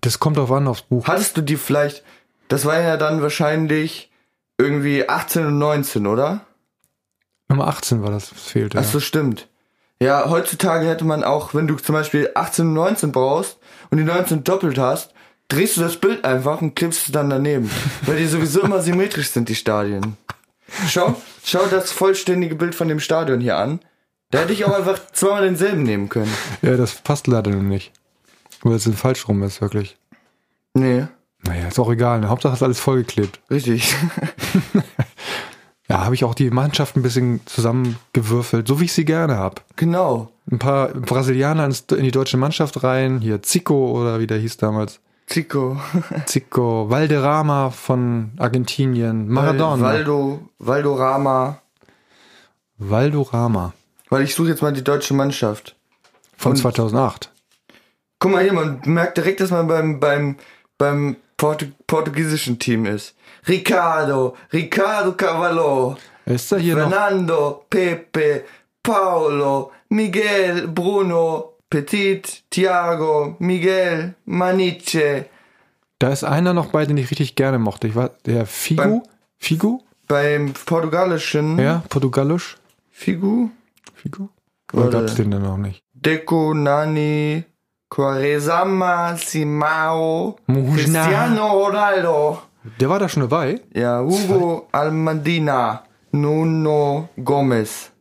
S2: Das kommt drauf an aufs Buch.
S4: Hattest du die vielleicht, das war ja dann wahrscheinlich irgendwie 18 und 19, oder?
S2: Nummer 18 war das, was fehlte.
S4: Ach so, stimmt. Ja, heutzutage hätte man auch, wenn du zum Beispiel 18 und 19 brauchst und die 19 doppelt hast, drehst du das Bild einfach und klippst es dann daneben. weil die sowieso immer symmetrisch sind, die Stadien. Schau, schau das vollständige Bild von dem Stadion hier an. Da hätte ich auch einfach zweimal denselben nehmen können.
S2: ja. ja, das passt leider nur nicht. Weil es falsch rum ist, wirklich.
S4: Nee,
S2: Naja, ist auch egal. ne? Hauptsache ist alles vollgeklebt.
S4: richtig.
S2: Ja, habe ich auch die Mannschaft ein bisschen zusammengewürfelt, so wie ich sie gerne habe.
S4: Genau.
S2: Ein paar Brasilianer ins- in die deutsche Mannschaft rein. Hier Zico oder wie der hieß damals.
S4: Zico.
S2: Zico, Valderrama von Argentinien, Maradona.
S4: Waldo, Waldo Rama.
S2: Valdorama
S4: Weil ich suche jetzt mal die deutsche Mannschaft.
S2: von
S4: Und-
S2: 2008.
S4: Guck mal hier, man merkt direkt, dass man beim, beim, beim Portu portugiesischen Team ist. Ricardo, Ricardo Cavallo,
S2: Ist da hier noch?
S4: Fernando, Pepe, Paolo, Miguel, Bruno, Petit, Thiago, Miguel, Maniche.
S2: Da ist einer noch bei, den ich richtig gerne mochte. Ich war der Figo. Figo?
S4: Beim portugalischen
S2: Ja, portugalisch.
S4: Figu,
S2: Figo? Oder
S4: Oder-
S2: gab's den denn noch nicht?
S4: Deco, Nani, Quaresama, Simao,
S2: Mujna.
S4: Cristiano Ronaldo.
S2: Der war da schon dabei.
S4: Ja, Hugo Almandina, Nuno Gomez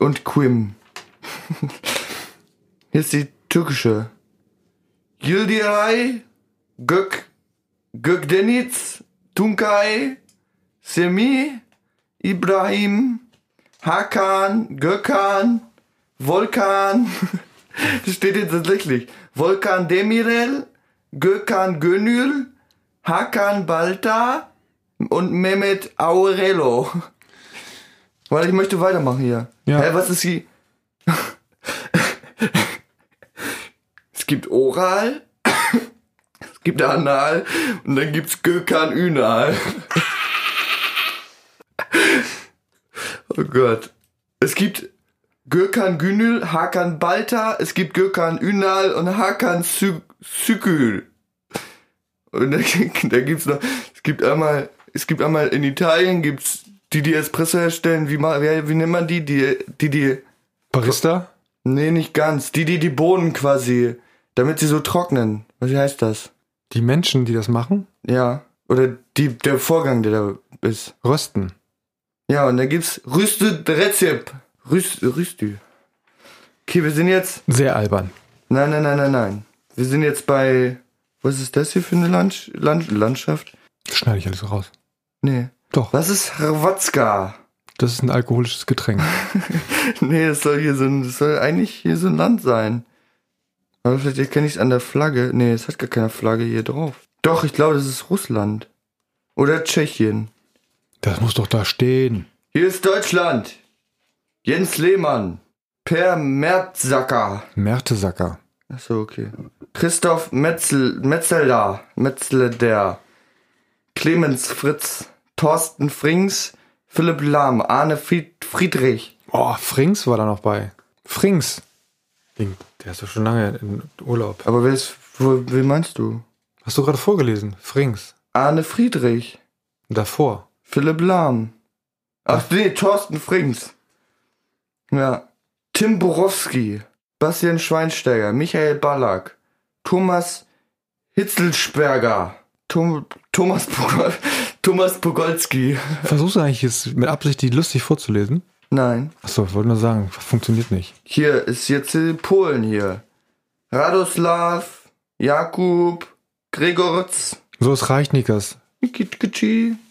S4: und Quim. Hier ist die türkische. Yildiray, Gök, Gökdeniz, Tunkay, Semi, Ibrahim, Hakan, Gökhan, Volkan. Das steht jetzt tatsächlich. Volkan Demirel, Gökhan Gönül, Hakan Balta und Mehmet Aurelo. Warte, ich möchte weitermachen hier.
S2: Ja.
S4: Hä, was ist hier? es gibt Oral, es gibt Anal und dann gibt's Gökhan Ünal. oh Gott. Es gibt Gökhan Günül, Hakan Balta, es gibt Gökhan Ünal und Hakan Sü- Sükül. Und da, da gibt's noch, es gibt einmal, es gibt einmal in Italien gibt's die, die Espresso herstellen, wie, ma- wie, wie nennt man die? Die, die, die,
S2: Barista?
S4: nee, nicht ganz, die, die die Bohnen quasi, damit sie so trocknen. Was heißt das?
S2: Die Menschen, die das machen,
S4: Ja. Oder die, der Vorgang, der da ist.
S2: rösten.
S4: Ja, und da gibt's Rüstet Rezept. Rüst, Rüstü. Okay, wir sind jetzt,
S2: Sehr albern.
S4: Nein, nein, nein, nein, nein. Wir sind jetzt bei. Was ist das hier für eine Landsch Land Landschaft?
S2: Das schneide ich alles raus.
S4: Nee.
S2: Doch,
S4: Was ist Hrvatska?
S2: das ist ein alkoholisches Getränk.
S4: Nee, das soll hier so ein. Das soll eigentlich hier so ein Land sein. Aber vielleicht erkenne ich es an der Flagge. Nee, es hat gar keine Flagge hier drauf. Doch, ich glaube, das ist Russland. Oder Tschechien.
S2: Das muss doch da stehen.
S4: Hier ist Deutschland. Jens Lehmann. Per Merzacker.
S2: Mertesacker.
S4: Ach so, okay. Christoph Metzel, Metzelder, Metzelder, Clemens Fritz, Thorsten Frings, Philipp Lahm, Arne Fried Friedrich.
S2: Oh, Frings war da noch bei. Frings. Den- Der ist doch schon lange in Urlaub.
S4: Aber wer ist, wo, wie meinst du?
S2: Hast du gerade vorgelesen? Frings.
S4: Arne Friedrich,
S2: Davor.
S4: Philipp Lahm. Ach nee, Thorsten Frings. Ja. Tim Borowski, Bastian Schweinsteiger, Michael Ballack, Thomas Hitzelsperger, Tom, Thomas, Pogol, Thomas Pogolski.
S2: Versuchst du eigentlich es mit Absicht, die lustig vorzulesen?
S4: Nein.
S2: Achso, ich wollte nur sagen, funktioniert nicht.
S4: Hier ist jetzt äh, Polen hier. Radoslav, Jakub, Gregorz.
S2: So ist Reichnikas.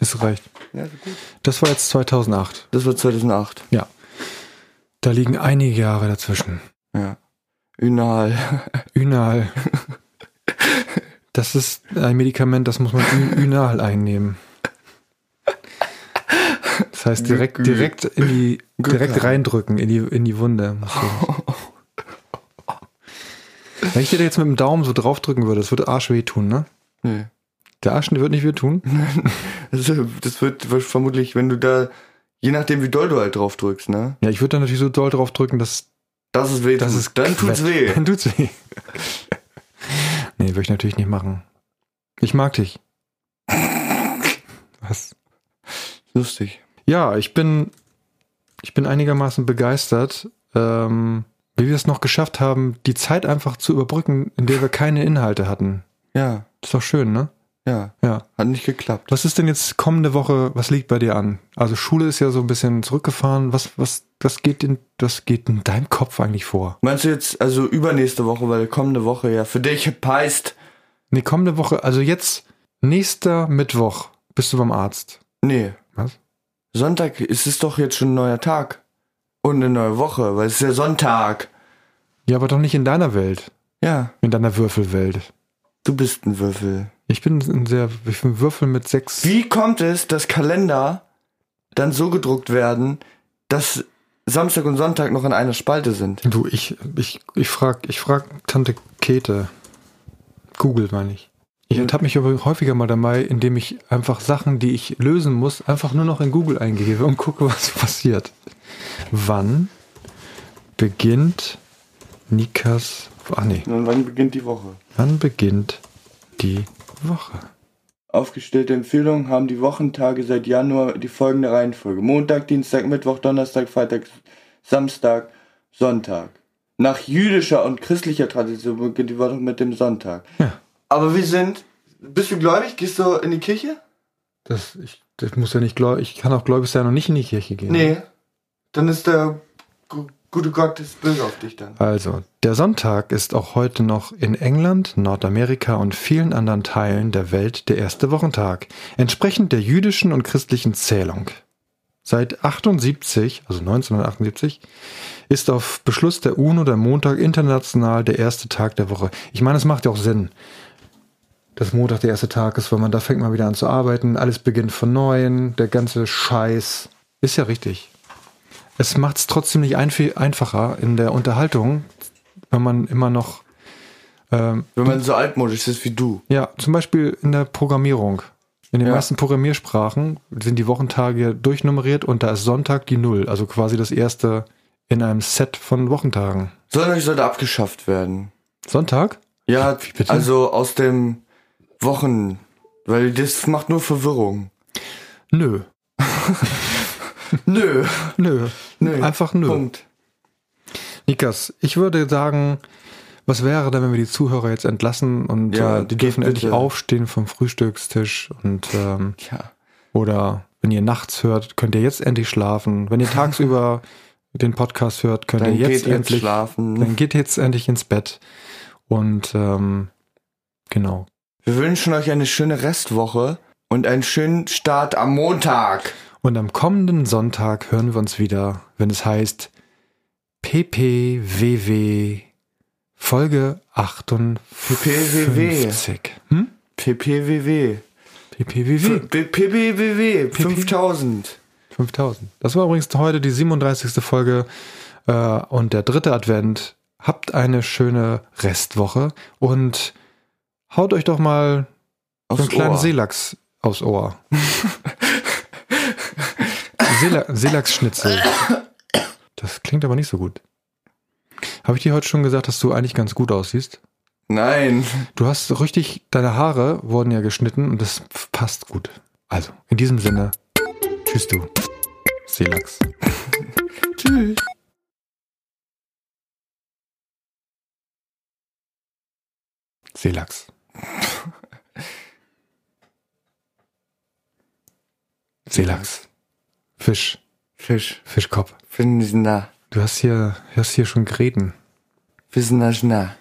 S2: Es reicht.
S4: Ja, so gut.
S2: Das war jetzt 2008.
S4: Das war 2008.
S2: Da liegen einige Jahre dazwischen.
S4: Ja. Ünal.
S2: Ünal. Das ist ein Medikament, das muss man Ü- Ünal einnehmen. Das heißt, direkt,
S4: Glück, Glück.
S2: direkt, in die,
S4: Glück
S2: direkt
S4: haben.
S2: reindrücken in die, in die Wunde. musst du. Wenn ich dir da jetzt mit dem Daumen so draufdrücken würde, das würde Arsch wehtun, ne?
S4: Nee. Mhm.
S2: Der Arsch wird nicht wehtun.
S4: Das, das wird vermutlich, wenn du da, je nachdem wie doll du halt drauf drückst, ne?
S2: Ja, ich würde da natürlich so doll draufdrücken, dass
S4: Das ist weh.
S2: Das
S4: tut.
S2: ist
S4: dann tut's weh.
S2: Dann tut's weh. Nee, würde ich natürlich nicht machen. Ich mag dich. Was?
S4: Lustig.
S2: Ja, ich bin, ich bin einigermaßen begeistert, ähm, wie wir es noch geschafft haben, die Zeit einfach zu überbrücken, in der wir keine Inhalte hatten.
S4: Ja,
S2: Ist doch schön, ne?
S4: ja.
S2: Ja.
S4: Hat nicht geklappt.
S2: Was ist denn jetzt kommende Woche, was liegt bei dir an? Also Schule ist ja so ein bisschen zurückgefahren. Was, was, was geht in, was geht in deinem Kopf eigentlich vor?
S4: Meinst du jetzt, also übernächste Woche, weil kommende Woche ja für dich peist?
S2: Nee, kommende Woche, also jetzt, nächster Mittwoch bist du beim Arzt.
S4: Nee.
S2: Was?
S4: Sonntag es ist doch jetzt schon ein neuer Tag. Und eine neue Woche, weil es ist ja Sonntag.
S2: Ja, aber doch nicht in deiner Welt,
S4: Ja,
S2: in deiner Würfelwelt.
S4: du bist ein Würfel.
S2: Ich bin ein sehr, ich bin ein Würfel mit sechs.
S4: Wie kommt es, dass Kalender dann so gedruckt werden, dass Samstag und Sonntag noch in einer Spalte sind?
S2: Du, ich, ich, ich frag, ich frag Tante Käthe. Google meine ich. Ich ertappe mich aber häufiger mal dabei, indem ich einfach Sachen, die ich lösen muss, einfach nur noch in Google eingebe und gucke, was passiert. Wann beginnt Nikas, ah nee,
S4: Und wann beginnt die Woche?
S2: wann beginnt die Woche?
S4: Aufgestellte Empfehlungen haben die Wochentage seit Januar die folgende Reihenfolge. Montag, Dienstag, Mittwoch, Donnerstag, Freitag, Samstag, Sonntag. Nach jüdischer und christlicher Tradition beginnt die Woche mit dem Sonntag.
S2: Ja.
S4: Aber wir sind... Bist du gläubig? Gehst du in die Kirche?
S2: Das, ich, das muss ja nicht gläubig, ich kann auch gläubig sein und nicht in die Kirche gehen.
S4: Nee. Dann ist der gu- gute Gott ist böse auf dich dann.
S2: Also, der Sonntag ist auch heute noch in England, Nordamerika und vielen anderen Teilen der Welt der erste Wochentag, entsprechend der jüdischen und christlichen Zählung. Seit 78, also 1978, ist auf Beschluss der UNO der Montag international der erste Tag der Woche. Ich meine, es macht ja auch Sinn, dass Montag der erste Tag ist, weil man da fängt man wieder an zu arbeiten, alles beginnt von neuem, der ganze Scheiß. Ist ja richtig. Es macht es trotzdem nicht einf- einfacher in der Unterhaltung, wenn man immer noch, ähm,
S4: Wenn man so altmodisch ist wie du.
S2: ja, zum Beispiel in der Programmierung. In den
S4: Ja.
S2: meisten Programmiersprachen sind die Wochentage durchnummeriert und da ist Sonntag die Null, also quasi das erste in einem Set von Wochentagen.
S4: Sonntag sollte abgeschafft werden.
S2: Sonntag?
S4: Ja,
S2: bitte?
S4: also aus dem Wochen... Weil das macht nur Verwirrung.
S2: Nö.
S4: Nö.
S2: Nö.
S4: Nö.
S2: Einfach nö.
S4: Punkt.
S2: Nikas, ich würde sagen, was wäre denn, wenn wir die Zuhörer jetzt entlassen und
S4: Ja,
S2: äh, die
S4: geht
S2: dürfen endlich
S4: bitte.
S2: aufstehen vom Frühstückstisch und ähm,
S4: Ja.
S2: oder wenn ihr nachts hört, könnt ihr jetzt endlich schlafen. Wenn ihr tagsüber den Podcast hört, könnt
S4: Dann
S2: ihr jetzt
S4: geht jetzt
S2: endlich
S4: schlafen.
S2: Dann geht jetzt endlich ins Bett und ähm, genau.
S4: Wir wünschen euch eine schöne Restwoche und einen schönen Start am Montag.
S2: Und am kommenden Sonntag hören wir uns wieder, wenn es heißt PPWW Folge 58. Hm?
S4: PPWW.
S2: PPWW.
S4: P- PPWW. 5000.
S2: 5000. Das war übrigens heute die 37. Folge äh, und der dritte Advent. Habt eine schöne Restwoche und haut euch doch mal so einen
S4: Aufs
S2: kleinen
S4: Ohr.
S2: Seelachs aufs Ohr. Seela Seelachsschnitzel. Das klingt aber nicht so gut. Habe ich dir heute schon gesagt, dass du eigentlich ganz gut aussiehst?
S4: Nein.
S2: Du hast so richtig, deine Haare wurden ja geschnitten und das passt gut. Also, in diesem Sinne, tschüss du, Seelachs.
S4: Tschüss.
S2: Seelachs. Seelachs. Fisch.
S4: Fisch.
S2: Fischkopf.
S4: Fischna.
S2: Du hast hier, du hast hier schon Gräten.
S4: Fischna.